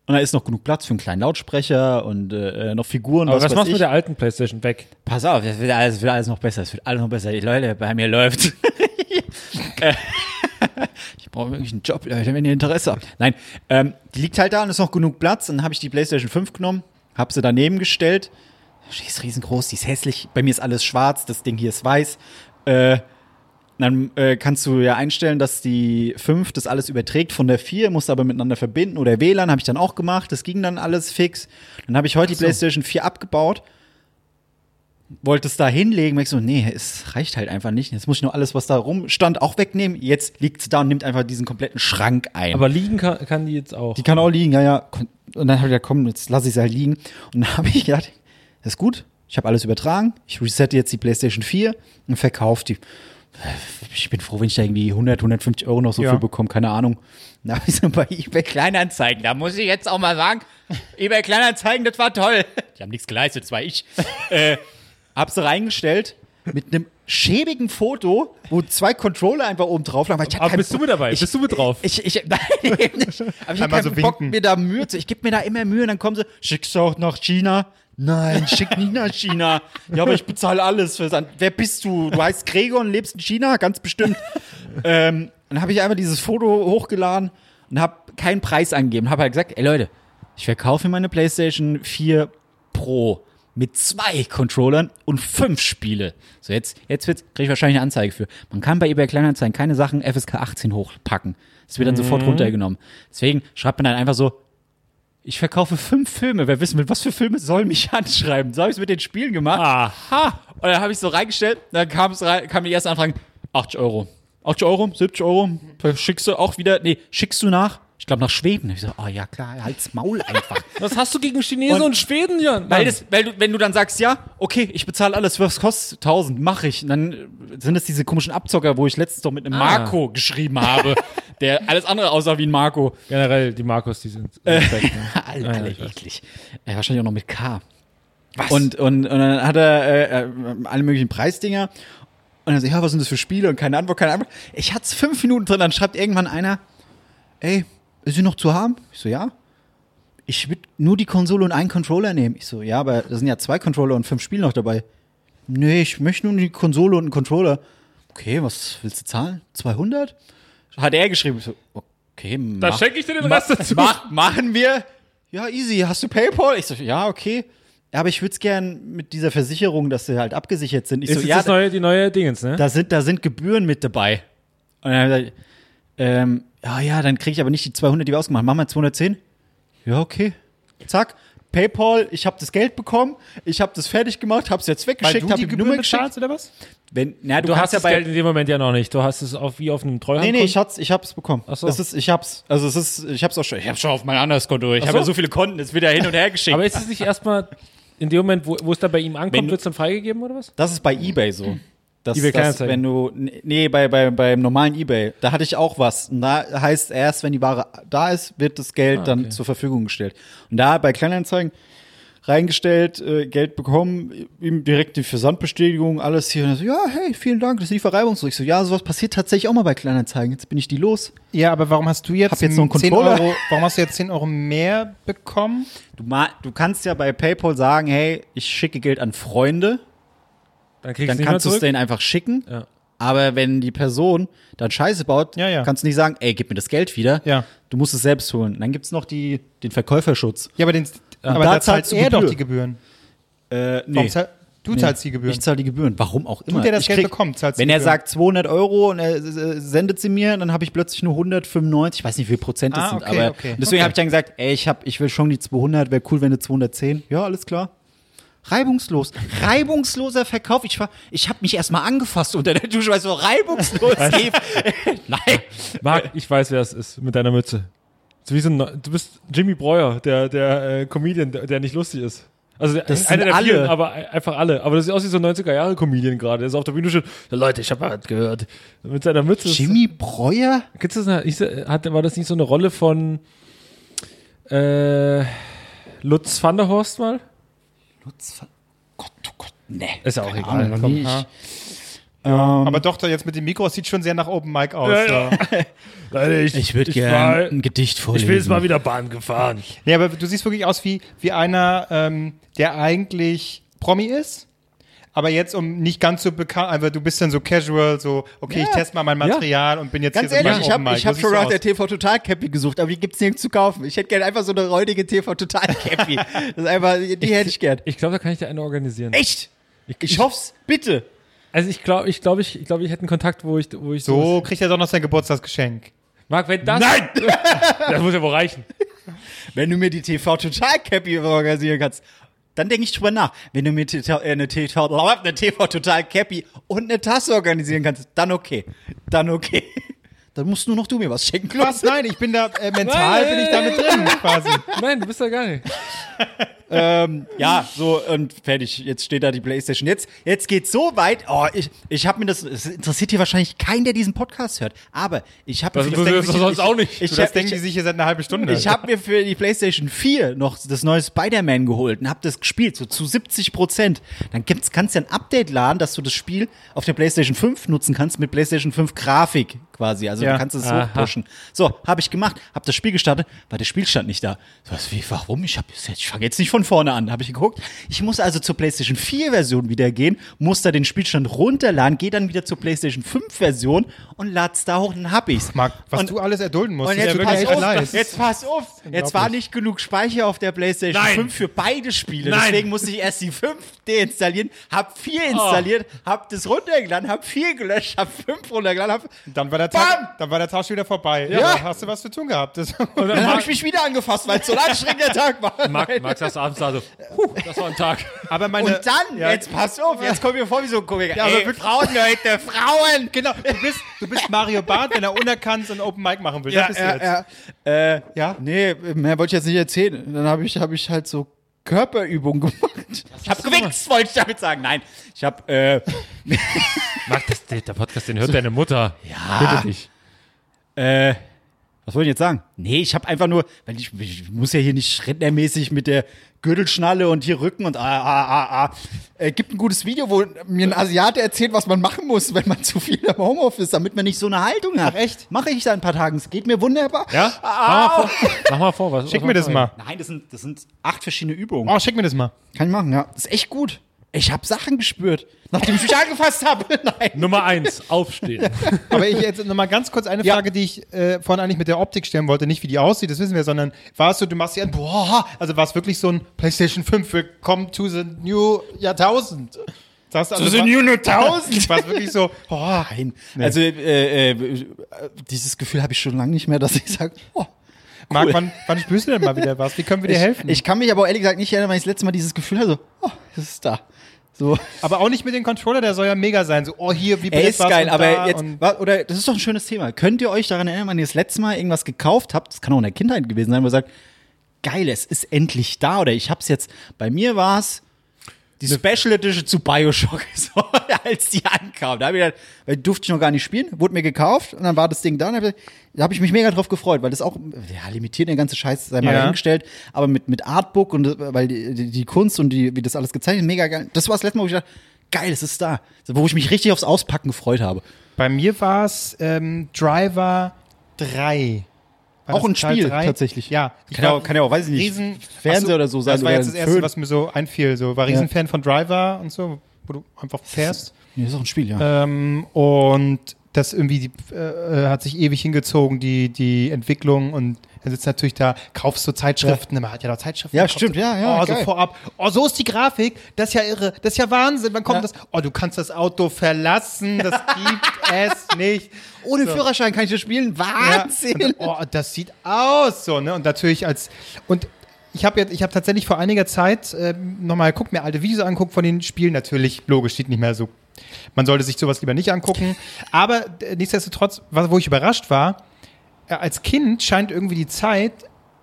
und da ist noch genug Platz für einen kleinen Lautsprecher und äh, noch Figuren. Aber was, weiß machst du mit ich. der alten Playstation weg? Pass auf, es wird alles, es wird alles noch besser, es wird alles noch besser. Leute, bei mir läuft. ich brauche wirklich einen Job, Leute, wenn ihr Interesse habt. Nein, ähm, die liegt halt da und ist noch genug Platz. Dann habe ich die PlayStation 5 genommen, habe sie daneben gestellt. Die ist riesengroß, die ist hässlich. Bei mir ist alles schwarz, das Ding hier ist weiß. Äh, dann äh, kannst du ja einstellen, dass die 5 das alles überträgt von der 4, musst aber miteinander verbinden oder WLAN habe ich dann auch gemacht. Das ging dann alles fix. Dann habe ich heute die PlayStation 4 abgebaut wollte es da hinlegen, merkst du, nee, es reicht halt einfach nicht. Jetzt muss ich nur alles, was da rumstand, auch wegnehmen. Jetzt liegt es da und nimmt einfach diesen kompletten Schrank ein. Aber liegen kann, kann die jetzt auch. die kann auch liegen, ja, ja. Und dann habe ich gedacht, komm, jetzt lasse ich es halt liegen. Und dann habe ich gedacht, das ist gut, ich habe alles übertragen, ich resette jetzt die PlayStation 4 und verkaufe die. Ich bin froh, wenn ich da irgendwie 100, 150 Euro noch so Ja. für bekomme, keine Ahnung. Da habe ich so bei eBay Kleinanzeigen, da muss ich jetzt auch mal sagen, eBay Kleinanzeigen, das war toll. Die haben nichts geleistet, das war ich. Äh, Hab sie reingestellt mit einem schäbigen Foto, wo zwei Controller einfach oben drauf lagen. weil ich hatte Aber keinen bist du Bock- mit dabei? Ich, Bist du mit drauf? Ich, ich, nein, eben nicht. Aber ich habe Einmal keinen so Bock, winken. mir da Mühe zu. Ich gebe mir da immer Mühe und dann kommen sie, schickst du auch nach China? Nein, schick nicht nach China. Ja, aber ich bezahle alles. Fürs An Wer bist du? Du heißt Gregor und lebst in China? Ganz bestimmt. ähm, dann habe ich einfach dieses Foto hochgeladen und habe keinen Preis angegeben. Habe halt gesagt, ey Leute, ich verkaufe meine PlayStation 4 Pro mit zwei Controllern und fünf Spiele. So, jetzt, jetzt wird's, kriege ich wahrscheinlich eine Anzeige für. Man kann bei eBay Kleinanzeigen keine Sachen FSK 18 hochpacken. Das wird dann sofort runtergenommen. Deswegen schreibt man dann einfach so, ich verkaufe fünf Filme. Wer wissen will, was für Filme soll mich anschreiben? So habe ich es mit den Spielen gemacht. Aha. Und dann habe ich so reingestellt. Dann kam es rein, kam die erste Anfrage: 80 Euro. 80 Euro, 70 Euro. Schickst du auch wieder? Nee, schickst du nach? Ich glaube nach Schweden. Ich so, oh ja klar, halt's Maul einfach. Was hast du gegen Chinesen und, Und- Schweden, Jan? Weil, das, weil du, wenn du dann sagst, ja, okay, ich bezahle alles, was kostet 1000, mache ich. Und dann äh, sind es diese komischen Abzocker, wo ich letztens doch mit einem Marco geschrieben habe, der alles andere aussah wie ein Marco. Generell, die Marcos, die sind. Äh, sind weg, ne? alle, alle ich weiß. eklig. Äh, wahrscheinlich auch noch mit K. Was? Und, und, und dann hat er äh, äh, alle möglichen Preisdinger. Und dann so, ja, was sind das für Spiele? Und keine Antwort, keine Antwort. Ich hatte es fünf Minuten drin, dann schreibt irgendwann einer, ey, ist sie noch zu haben? Ich so, ja. Ich würde nur die Konsole und einen Controller nehmen. Ich so, ja, aber da sind ja zwei Controller und fünf Spiele noch dabei. Nee, ich möchte nur die Konsole und einen Controller. Okay, was willst du zahlen? 200? Hat er geschrieben. Ich so, okay, Da mach- schenke ich dir den Rest dazu. Mach, machen wir. Ja, easy. Hast du PayPal? Ich so, ja, okay. Aber ich würde es gern mit dieser Versicherung, dass sie halt abgesichert sind. Ich Ist so, jetzt ja, das neue, die neue Dingens, ne? da sind, da sind Gebühren mit dabei. Und dann hab ich gesagt, ähm, ja, ja, dann kriege ich aber nicht die 200, die wir ausgemacht haben. Machen wir 210? Ja, okay. Zack. PayPal, ich habe das Geld bekommen, ich habe das fertig gemacht, habe es jetzt Weil weggeschickt, du habe die ihm die Gebühren Nummer geschickt. bezahlst oder was? Wenn, na, Du hast kannst ja das bei Geld in dem Moment ja noch nicht. Du hast es auf, wie auf einem Treuhand. Nee, nee, ich hab's, ich hab's bekommen. Ach so. Es ist, ich hab's. Also es ist, ich hab's auch schon. Ich hab's schon auf mein anderes Konto. Ich Ach habe ja so. so viele Konten, es wird ja hin und her geschickt. Aber ist es nicht erstmal in dem Moment, wo, wo es dann bei ihm Wenn ankommt, du- wird es dann freigegeben oder was? Das ist bei eBay so. Das, Mhm. eBay das, Kleinanzeigen. wenn du nee bei, bei beim normalen eBay da hatte ich auch was und da heißt erst wenn die Ware da ist wird das Geld Ah, dann zur Verfügung gestellt und da bei Kleinanzeigen reingestellt äh, Geld bekommen ihm direkt die Versandbestätigung alles hier und er so, ja hey vielen Dank das lief reibungslos ich so ja sowas passiert tatsächlich auch mal bei Kleinanzeigen jetzt bin ich die los Ja, aber warum hast du jetzt, Hab jetzt noch einen 10 Controller. Euro, warum hast du jetzt 10 Euro mehr bekommen? du ma du kannst ja bei PayPal sagen hey ich schicke Geld an Freunde Dann kriegst dann du nicht mehr kannst du es zurück. denen einfach schicken. Ja. Aber wenn die Person dann Scheiße baut, Ja, ja. kannst du nicht sagen, ey, gib mir das Geld wieder. Ja. Du musst es selbst holen. Dann gibt es noch die, den Verkäuferschutz. Ja, aber, den, aber Da da zahlt zahlst du er doch Gebühr. die Gebühren. Äh, Warum zahl, du zahlst die Gebühren. Ich zahle die Gebühren. Warum auch immer. der das ich Geld bekommt, zahlst du Wenn die er Gebühren. sagt 200 Euro und er äh, sendet sie mir, dann habe ich plötzlich nur 195. Ich weiß nicht, wie viel Prozent das Ah, sind. okay, aber okay. und deswegen Okay. habe ich dann gesagt, ey, ich, hab, ich will schon die 200. Wäre cool, wenn du 210. Ja, alles klar. Reibungslos. Reibungsloser Verkauf. Ich, war- ich habe mich erstmal angefasst unter der Dusche, weil es so reibungslos lief. Nein. Marc, ich weiß, wer es ist mit deiner Mütze. So wie so ein, Neu- du bist Jimmy Breuer, der, der äh, Comedian, der, der nicht lustig ist. Also der, Das einer sind der alle. vielen, aber ein- einfach alle. Aber das sieht aus wie so ein 90er-Jahre-Comedian gerade, der so auf der Bühne steht. "Ja, Leute, ich habe was gehört. Mit seiner Mütze. ist- Jimmy Breuer? Gibt's das, eine- ich, äh, hat, war das nicht so eine Rolle von äh, Lutz van der Horst mal? Gott, oh Gott, nee. Ist ja auch Keine egal. Ahnung, Komm, nicht. ja. Ähm, aber doch, da jetzt mit dem Mikro, es sieht schon sehr nach Open Mic aus. Ja, da. Leute, ich würde gerne ein Gedicht vorlesen. wieder Bahn gefahren. Nee, aber du siehst wirklich aus wie, wie einer, ähm, der eigentlich Promi ist. Aber jetzt, um nicht ganz so bekannt, aber du bist dann so casual, so, okay, ich teste mal mein Material und bin jetzt Ganz hier so ehrlich, ich beim habe Open ich Mic. hab So schon siehst du nach der aus. TV Total Cappy gesucht, aber die gibt's nirgends zu kaufen. Ich hätte gerne einfach so eine räudige TV Total Cappy. das ist einfach, die hätte ich gern. Ich glaube, da kann ich dir eine organisieren. Echt? Ich, hoff's, bitte. Also ich glaube, ich glaube, ich, ich glaube, ich hätte einen Kontakt, wo ich, wo ich So kriegt er doch noch sein Geburtstagsgeschenk. Marc, wenn das. Nein! das muss ja wohl reichen. Wenn du mir die TV Total Cappy organisieren kannst, dann denke ich drüber nach. Wenn du mir TV äh, eine, TV, eine TV Total Cappy und eine Tasse organisieren kannst, dann okay. Dann okay. Dann musst nur noch du mir was schenken. Was? Nein, ich bin da, äh, mental bin ich da mit drin, quasi. Nein, du bist da gar nicht. Ja, so und fertig. Jetzt steht da die Playstation. Jetzt, jetzt geht's so weit. Oh, ich, ich habe mir das. Es interessiert hier wahrscheinlich keinen, der diesen Podcast hört. Aber ich habe Das mir, interessiert ich- uns sonst ich, auch nicht. Du, Ich, ich, das denken die ich, sich hier seit einer halben Stunde. ich habe mir für die Playstation 4 noch das neue Spider-Man geholt und habe das gespielt, so zu 70 Prozent. Dann gibt's, kannst du ja ein Update laden, dass du das Spiel auf der Playstation 5 nutzen kannst mit Playstation 5 Grafik quasi. Also Ja. du kannst es Aha. hochpushen. So, habe ich gemacht, habe das Spiel gestartet, war der Spielstand nicht da. Was, wie, warum? Ich, hab jetzt- ich fange jetzt nicht von vorne an, habe ich geguckt. Ich muss also zur PlayStation 4 Version wieder gehen, muss da den Spielstand runterladen, gehe dann wieder zur PlayStation 5 Version und lad's da hoch, dann hab ich's. Marc, was und, du alles erdulden musst, und ist ja jetzt wirklich pass, echt auf, leid. jetzt pass auf, jetzt war nicht genug Speicher auf der PlayStation Nein. 5 für beide Spiele. Nein. Deswegen musste ich erst die 5 deinstallieren, hab Oh. 4 installiert, hab das runtergeladen, hab 4 gelöscht, hab 5 runtergeladen, hab, Dann war, der Bam! Tag, dann war der Tag schon wieder vorbei. Ja, Ja. aber hast du was zu tun gehabt? Das Und dann dann habe ich Marc, mich wieder angefasst, weil es so ein anstrengender Tag war. Marc, Marc saß abends da so. Puh, das war ein Tag. aber meine, und dann, Ja, jetzt pass auf, jetzt kommen wir vor wie so ein Komiker. Ja, aber Ey, wirklich- Frauen, Leute, Frauen! Genau, du bist, du bist Mario Barth, wenn er unerkannt ein Open Mic machen will. das bist du jetzt. ja. Äh, Ja? Nee, mehr wollte ich jetzt nicht erzählen. Dann habe ich, hab ich halt so Körperübungen gemacht. Ich habe gewichst, wollte ich damit sagen. Nein, ich habe, äh, Marc, das, der der Podcast, den hört deine Mutter. Ja. Bitte dich. Äh, was wollte ich jetzt sagen? Nee, ich habe einfach nur, weil ich, ich muss ja hier nicht rentnermäßig mit der Gürtelschnalle und hier Rücken und ah, ah, ah, ah. Äh, gibt ein gutes Video, wo mir ein Asiate erzählt, was man machen muss, wenn man zu viel im Homeoffice ist, damit man nicht so eine Haltung hat. Ach, echt? Mache ich da ein paar Tagen. Es geht mir wunderbar. Ja? Mach mal vor. Mach mal vor. Was, Schick was mir das war- mal. Nein, das sind, das sind acht verschiedene Übungen. Oh, schick mir das mal. Kann ich machen, ja. Das ist echt gut. Ich habe Sachen gespürt, nachdem ich mich angefasst habe. Nein. Nummer eins, aufstehen. Aber ich jetzt nochmal ganz kurz eine Ja. Frage, die ich äh, vorhin eigentlich mit der Optik stellen wollte. Nicht, wie die aussieht, das wissen wir, sondern warst du, du machst ja, boah, also war es wirklich so ein PlayStation 5, willkommen to the new Jahrtausend. Das also, war- War es wirklich so, boah, Nein. Also äh, äh, dieses Gefühl habe ich schon lange nicht mehr, dass ich sage, oh, Marc, wann, wann spürst du denn mal wieder was? Wie können wir dir Ich, helfen? ich kann mich aber auch ehrlich gesagt nicht erinnern, weil ich das letzte Mal dieses Gefühl hatte, so, oh, es ist da. So. aber auch nicht mit dem Controller, der soll ja mega sein. So, oh, hier, wie Ey, blöd ist war's geil, und aber da jetzt, und- wa- oder, das ist doch ein schönes Thema. Könnt ihr euch daran erinnern, wenn ihr das letzte Mal irgendwas gekauft habt, das kann auch in der Kindheit gewesen sein, wo ihr sagt, geil, es ist endlich da, oder ich hab's jetzt, bei mir war's die Ne- Special Edition zu Bioshock, so, als die ankam. Da hab ich gedacht, weil die durfte ich noch gar nicht spielen, wurde mir gekauft, und dann war das Ding da, und hab ich- da habe ich mich mega drauf gefreut, weil das auch, ja, limitiert der ganze Scheiß, sei mal Ja. dahingestellt, aber mit, mit Artbook und, äh, weil die, die, die Kunst und die, wie das alles gezeichnet, ist, mega geil. Das war das letzte Mal, wo ich dachte, geil, es ist da. So, Wo ich mich richtig aufs Auspacken gefreut habe. Bei mir war es ähm, Driver 3. War Auch das ein Teil Spiel, drei? tatsächlich. Ja, ich Kann ja war auch- kann ja auch, weiß ich nicht, Riesen, Fernseher Achso, oder so sein Das war oder jetzt das ein Erste, Föhn. was mir so einfiel. So war Riesenfan von Driver und so, wo du einfach fährst. Ja, ist auch ein Spiel, ja. Ähm, und das irgendwie die, äh, äh, hat sich ewig hingezogen, die, die Entwicklung. Und dann sitzt natürlich da, kaufst du Zeitschriften, man hat ja noch Zeitschriften. Ja, gekauft. stimmt, ja, ja, Oh, geil. so vorab. Oh, so ist die Grafik. Das ist ja irre. Das ist ja Wahnsinn. Wann kommt Ja. das? Oh, du kannst das Auto verlassen. Das gibt es nicht. Ohne so. Führerschein kann ich das spielen. Ja, Wahnsinn! und, dann, oh, das sieht aus so, ne? Und natürlich als und ich habe jetzt, ich habe tatsächlich vor einiger Zeit äh, nochmal geguckt, mir alte Videos anguckt von den Spielen. Natürlich, logisch, steht nicht mehr so. Man sollte sich sowas lieber nicht angucken. Aber äh, nichtsdestotrotz, was, wo ich überrascht war, äh, als Kind scheint irgendwie die Zeit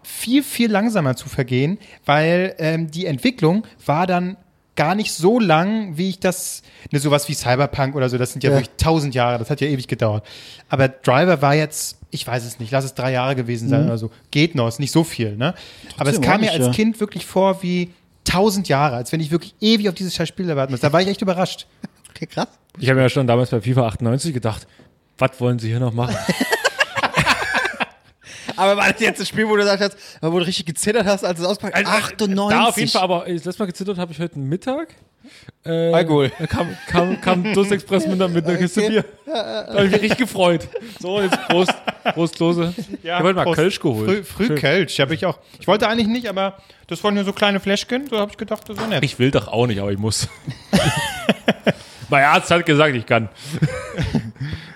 viel, viel langsamer zu vergehen, weil ähm, die Entwicklung war dann gar nicht so lang, wie ich das, ne, sowas wie Cyberpunk oder so, das sind ja, Ja. wirklich tausend Jahre, das hat ja ewig gedauert. Aber Driver war jetzt, ich weiß es nicht, lass es drei Jahre gewesen sein oder so, geht noch, ist nicht so viel, ne? Aber es Trotzdem kam mir ordentlich, als ja. Kind wirklich vor wie tausend Jahre, als wenn ich wirklich ewig auf dieses scheiß Spiel da warten muss. Da war ich echt überrascht. Okay, krass. Ich habe mir ja schon damals bei FIFA 98 gedacht, was wollen sie hier noch machen? Aber war das jetzt das Spiel, wo du gesagt hast, wo du richtig gezittert hast, als du es auspackt Also, äh, hast? 98. Da auf jeden Fall, aber äh, das letzte Mal gezittert habe ich heute Mittag. Äh, Alkohol. da Kam, kam, kam Durst Express mit einer, mit einer Kiste Bier. Da habe ich mich richtig gefreut. So, jetzt Prost, Prostlose. ich habe heute mal Prost. Kölsch geholt. Früh, früh Schön. Kölsch, habe ich auch. Ich wollte eigentlich nicht, aber das waren nur so kleine Fläschchen, so habe ich gedacht, das ist nett. Ich will doch auch nicht, aber ich muss. mein Arzt hat gesagt, ich kann.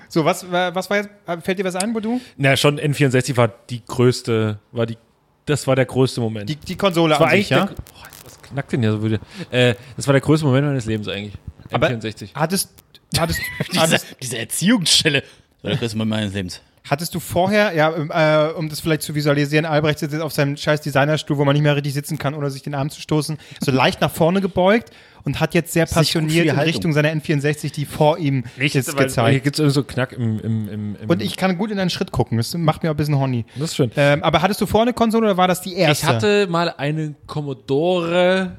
So, was, war- was war jetzt, äh, fällt dir was ein, Bodu? Na, schon N64 war die größte, war die, das war der größte Moment. Die, die Konsole das war an eigentlich, sich, ja? der, boah, was knackt denn hier so wieder? Äh, das war der größte Moment meines Lebens eigentlich. N64. hattest, hattest, Diese, hattest, diese Erziehungsstelle. So, Das ist mal meines Lebens. hattest du vorher, ja, ähm, äh, um das vielleicht zu visualisieren, Albrecht sitzt jetzt auf seinem scheiß Designerstuhl, wo man nicht mehr richtig sitzen kann, ohne sich den Arm zu stoßen, so leicht nach vorne gebeugt und hat jetzt sehr ist nicht gut für die passioniert in Haltung. Richtung seiner N64, die vor ihm ist weil- weil Hier gezeigt. gibt es irgendwie so Knack im, im, im, im Und ich kann gut in einen Schritt gucken, das macht mir auch ein bisschen horny. Das ist schön. Ähm, aber hattest du vorne Konsole oder war das die erste? Ich hatte mal einen Commodore.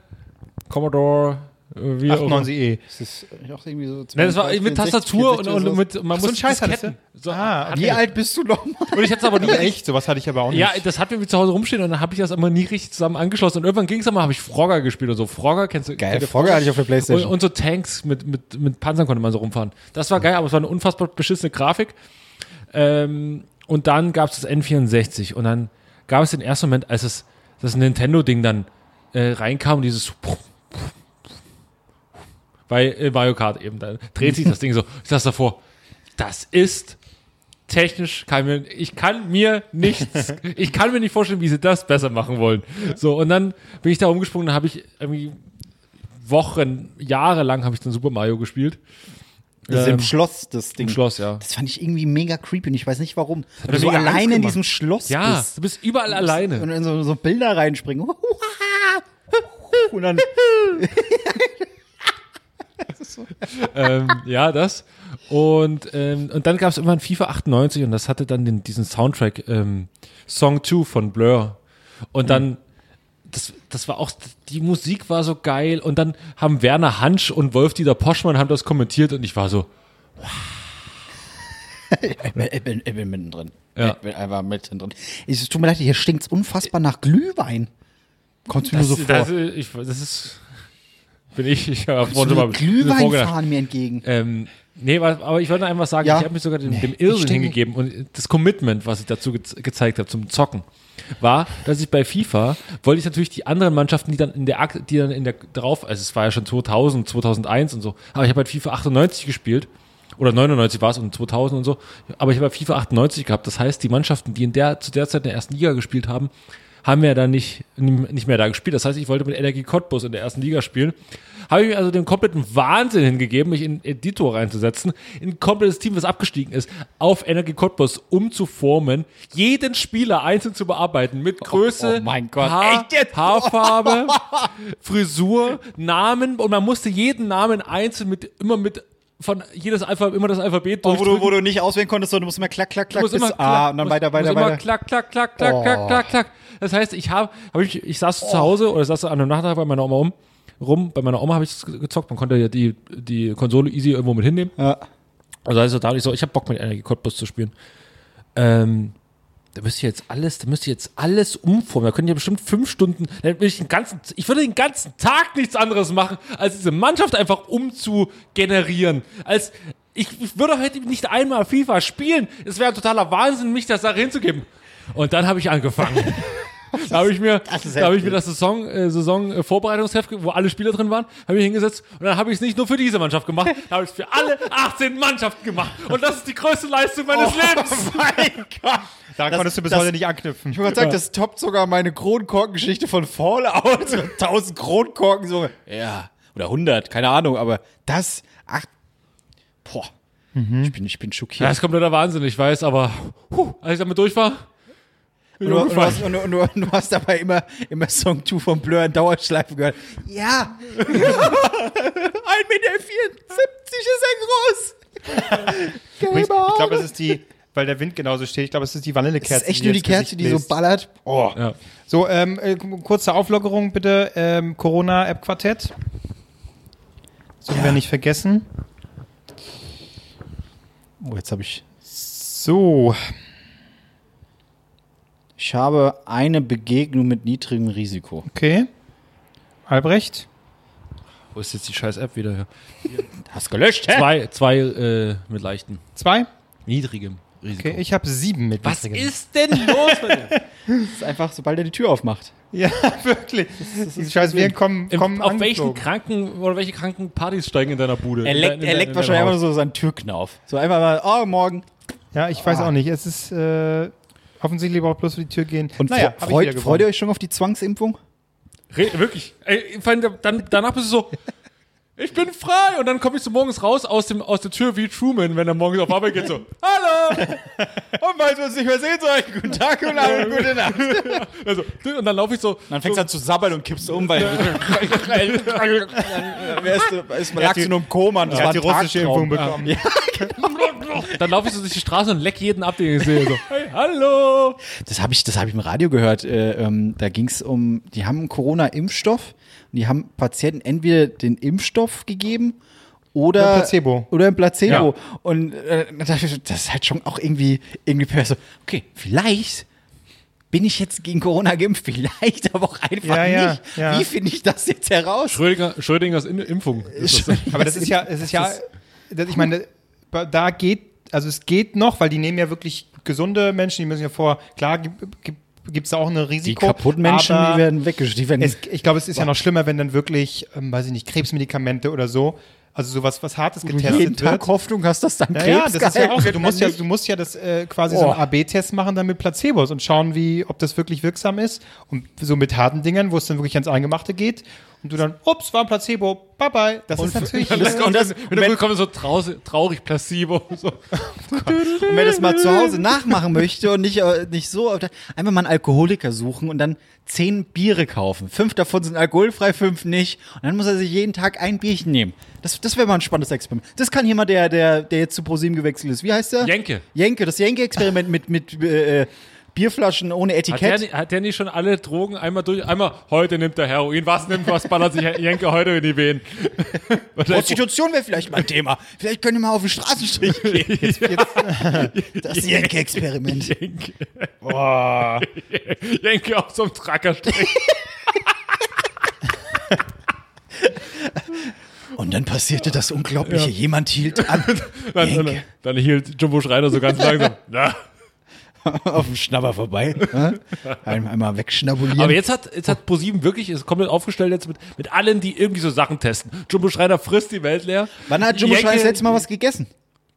Commodore. äh, Wie auch immer. 98E. Das ist auch irgendwie so. Nein, das war mit Tastatur und, und mit. Man Ach, so ein muss Scheiß hattest du? So, Ah, hat- okay. Wie alt bist du nochmal? Und ich hatte es aber nie Echt? Sowas hatte ich aber auch nicht. Ja, das hatten wir zu Hause rumstehen und dann habe ich das immer nie richtig zusammen angeschlossen. Und irgendwann ging es mal, habe ich Frogger gespielt und so. Frogger kennst du? kennt ihr hatte ich auf der Und, und so Tanks mit, mit, mit Panzern konnte man so rumfahren. Das war geil, aber es war eine unfassbar beschissene Grafik. Ähm, und dann gab es das N64 und dann gab es den ersten Moment, als es, das Nintendo-Ding dann äh, reinkam, dieses bei äh, Mario Kart eben, dann dreht sich das Ding so. Ich saß davor, das ist technisch, kann mir, ich kann mir nichts, ich kann mir nicht vorstellen, wie sie das besser machen wollen. So, und dann bin ich da rumgesprungen, dann habe ich irgendwie Wochen, Jahre lang habe ich dann Super Mario gespielt. Das ist im Ähm, Schloss, das Ding. Im Schloss, ja. Das fand ich irgendwie mega creepy und ich weiß nicht warum. Wenn du mir so mega Angst alleine in gemacht. diesem Schloss Ja, bist. du bist überall Und alleine. in so, so Bilder reinspringen. Und dann. ähm, ja, das. Und, ähm, und dann gab es irgendwann FIFA 98 und das hatte dann den, diesen Soundtrack ähm, Song 2 von Blur. Und dann, das, das war auch, die Musik war so geil. Und dann haben Werner Hansch und Wolf-Dieter Poschmann haben das kommentiert und ich war so, Ich bin, Ne, ich bin, ich bin mittendrin. Ja. Ich bin einfach mittendrin. Ich, es tut mir leid, hier stinkt es unfassbar nach Glühwein. Kommt mir nur so vor. das, ich, das ist, bin ich, ich habe so vorhin schon mal Glühwein vorgedacht. fahren mir entgegen. Ähm, nee, wa- aber ich wollte einfach sagen, Hm. Ja. ich habe mich sogar dem, dem ich Irrsinn stimme. hingegeben und das Commitment, was ich dazu gez- gezeigt habe zum Zocken, war, dass ich bei FIFA wollte ich natürlich die anderen Mannschaften, die dann in der Ak- die dann in der drauf, also es war ja schon 2000, 2001 und so, aber ich habe halt FIFA 98 gespielt oder 99 war es und 2000 und so. Aber ich habe ja FIFA 98 gehabt. Das heißt, die Mannschaften, die in der, zu der Zeit in der ersten Liga gespielt haben, haben wir ja dann nicht, nicht mehr da gespielt. Das heißt, ich wollte mit Energie Cottbus in der ersten Liga spielen. Habe ich mir also den kompletten Wahnsinn hingegeben, mich in Editor reinzusetzen, in ein komplettes Team, was abgestiegen ist, auf Energie Cottbus umzuformen, jeden Spieler einzeln zu bearbeiten, mit Größe, oh mein Gott. Haar, Echt jetzt? Haarfarbe, Frisur, Namen und man musste jeden Namen einzeln mit, immer mit, von jedes Alphabet, immer das Alphabet Wo du, durchdrücken. wo du nicht auswählen konntest, sondern du musst immer klack, klack, klack, Muss bis immer A klack, und dann muss- weiter, weiter, muss immer weiter. Oh. Klack, klack, klack, klack, klack, klack, klack. Das heißt, ich habe, hab ich, ich saß zu Hause oder saß an einem Nachmittag bei meiner Oma um, rum, bei meiner Oma habe ich das ge- gezockt. Man konnte ja die, die Konsole easy irgendwo mit hinnehmen. Ja. Also heißt, da hab ich so, ich habe Bock mit Energie Cottbus zu spielen. Ähm, da müsst ihr jetzt alles, da müsst ihr jetzt alles umformen. Da könnt ihr bestimmt fünf Stunden, da will ich den ganzen, ich würde den ganzen Tag nichts anderes machen, als diese Mannschaft einfach umzugenerieren. Als, ich, ich würde heute nicht einmal FIFA spielen. Es wäre totaler Wahnsinn, mich der Sache hinzugeben. Und dann habe ich angefangen. Da habe ich mir, ist da habe ich heftig. mir das Saison, äh, Saison äh, Vorbereitungsheft, wo alle Spieler drin waren, habe ich hingesetzt und dann habe ich es nicht nur für diese Mannschaft gemacht, da habe ich es für alle 18 Mannschaften gemacht und das ist die größte Leistung meines Oh. Lebens. mein Gott. Da Das- konntest du bis das- heute nicht anknüpfen. Ich wollte gerade sagen, das toppt sogar meine Kronkorkengeschichte von Fallout. So 1000 Kronkorken, so. Ja. Oder 100, keine Ahnung, aber das, ach, boah. Mhm. Ich, bin, ich bin Ja, schockiert. es kommt leider Wahnsinn, ich weiß, aber puh, als ich damit durch war, bin Und ich du, und, du umgefallen. hast, und, du- und, du- und du hast dabei immer, immer Song 2 von Blur in Dauerschleife gehört. Ja! 1,74 Meter ist er groß! Übrigens, Gelbe ich glaube, Augen. es ist die, weil der Wind genauso steht, ich glaube, es ist die Das Vanillekerze. ist echt nur die ins Gesicht Kerze, die so bläst. ballert. Oh. Ja. So, ähm, äh, kurze Auflockerung bitte. Ähm, Corona-App-Quartett. Sollen wir nicht vergessen. oh jetzt habe ich So, Ich habe eine Begegnung mit niedrigem Risiko. okay. Albrecht. Wo ist jetzt die scheiß App wieder? Ja. Hast gelöscht, hä? Zwei, zwei äh, mit leichten, Zwei. niedrigem Risiko. Okay, ich habe sieben mit. Was niedrigem. ist denn los mit dir? Das ist einfach, sobald er die Tür aufmacht. Ja, wirklich. Diese scheiß Viren kommen, Im- kommen Auf welchen angeflogen. kranken oder welche kranken Partys steigen in deiner Bude? Er In leckt, dein- in er dein- leckt in dein wahrscheinlich Haus? einfach so seinen Türknauf. So einfach mal, oh, morgen. Ja, ich weiß auch nicht. Es ist äh, offensichtlich braucht bloß für die Tür gehen. Und hab fre ich freut, wieder freut ihr gewonnen. euch schon auf die Zwangsimpfung? Re wirklich. Ey, vor allem dann, danach bist du so, ich bin frei. Und dann komme ich so morgens raus aus, dem, aus der Tür wie Truman, wenn er morgens auf Arbeit geht, so, hallo. Und weil wir uns nicht mehr sehen sollen. Guten Tag, guten Abend, gute Nacht. Also, und dann laufe ich so. Dann fängst du an zu sabbeln und kippst um, weil. dann wärst du, ist, lagst die- du nur im Koma. und Das Er war hat die ein russische Tagtraum. Impfung bekommen. Dann laufe ich so durch die Straße und leck jeden ab, den ich sehe. So, hey, hallo. Das habe ich, das hab ich im Radio gehört. Äh, ähm, da ging es um, die haben einen Corona-Impfstoff und die haben Patienten entweder den Impfstoff gegeben oder, Oder ein Placebo. Oder ein Placebo. Und äh, da dachte ich, das ist halt schon auch irgendwie, irgendwie pervers. so, okay, vielleicht bin ich jetzt gegen Corona geimpft, vielleicht aber auch einfach Ja, ja, nicht. ja. Wie finde ich das jetzt heraus? Schrödinger, Schrödingers In Impfung. Ist das. Aber das ist ja, es ist ja, das, ich meine, da geht, also es geht noch, weil die nehmen ja wirklich gesunde Menschen, die müssen ja vor, klar gibt es da auch ein Die Risiko. kaputten Menschen, aber die werden weggeschickt. Die werden Es, ich glaube, es ist ja noch schlimmer, wenn dann wirklich, ähm, weiß ich nicht, Krebsmedikamente oder so, also sowas, was Hartes getestet Oh, jeden wird. Tag Hoffnung hast, dass dann Naja, Krebs das ist ja geheilt auch so. wird, Du musst wenn ja, nicht. du musst ja das äh, quasi Oh. so einen AB-Test machen dann mit Placebos und schauen, wie, ob das wirklich wirksam ist. Und so mit harten Dingen, wo es dann wirklich ans Eingemachte geht. Und du dann, ups, war ein Placebo, bye bye. Das ist natürlich. Und das kommt, Und das- wenn du kommst, so trau- traurig, Placebo. So. Und wer das mal zu Hause nachmachen möchte und nicht, äh, nicht so, einfach mal einen Alkoholiker suchen und dann zehn Biere kaufen. Fünf davon sind alkoholfrei, fünf nicht. Und dann muss er sich jeden Tag ein Bierchen nehmen. Das, das wäre mal ein spannendes Experiment. Das kann hier mal der, der, der jetzt zu ProSieben gewechselt ist. Wie heißt der? Jenke. Jenke, das Jenke-Experiment mit, mit äh, äh, Bierflaschen ohne Hat der, Etikett. ni- hat der nicht schon alle Drogen einmal durch? Einmal, heute nimmt er Heroin, was nimmt, was ballert sich Jenke heute in die Venen? Prostitution wäre vielleicht mal ein Thema. Vielleicht können wir mal auf den Straßenstrich gehen. Das Jenke-Experiment. Jenke. Jenke auf so einem Trackerstrich. Und dann passierte das Unglaubliche. Jemand hielt an. Dann, dann, dann hielt Jumbo Schreiner so ganz langsam. Na. auf dem Schnabber vorbei. Einmal, einmal wegschnabulieren. Aber jetzt hat, jetzt hat ProSieben wirklich, ist komplett aufgestellt jetzt mit, mit allen, die irgendwie so Sachen testen. Jumbo Schreiner frisst die Welt leer. Wann hat Jumbo Jenke- Schreiner das letzte Mal was gegessen?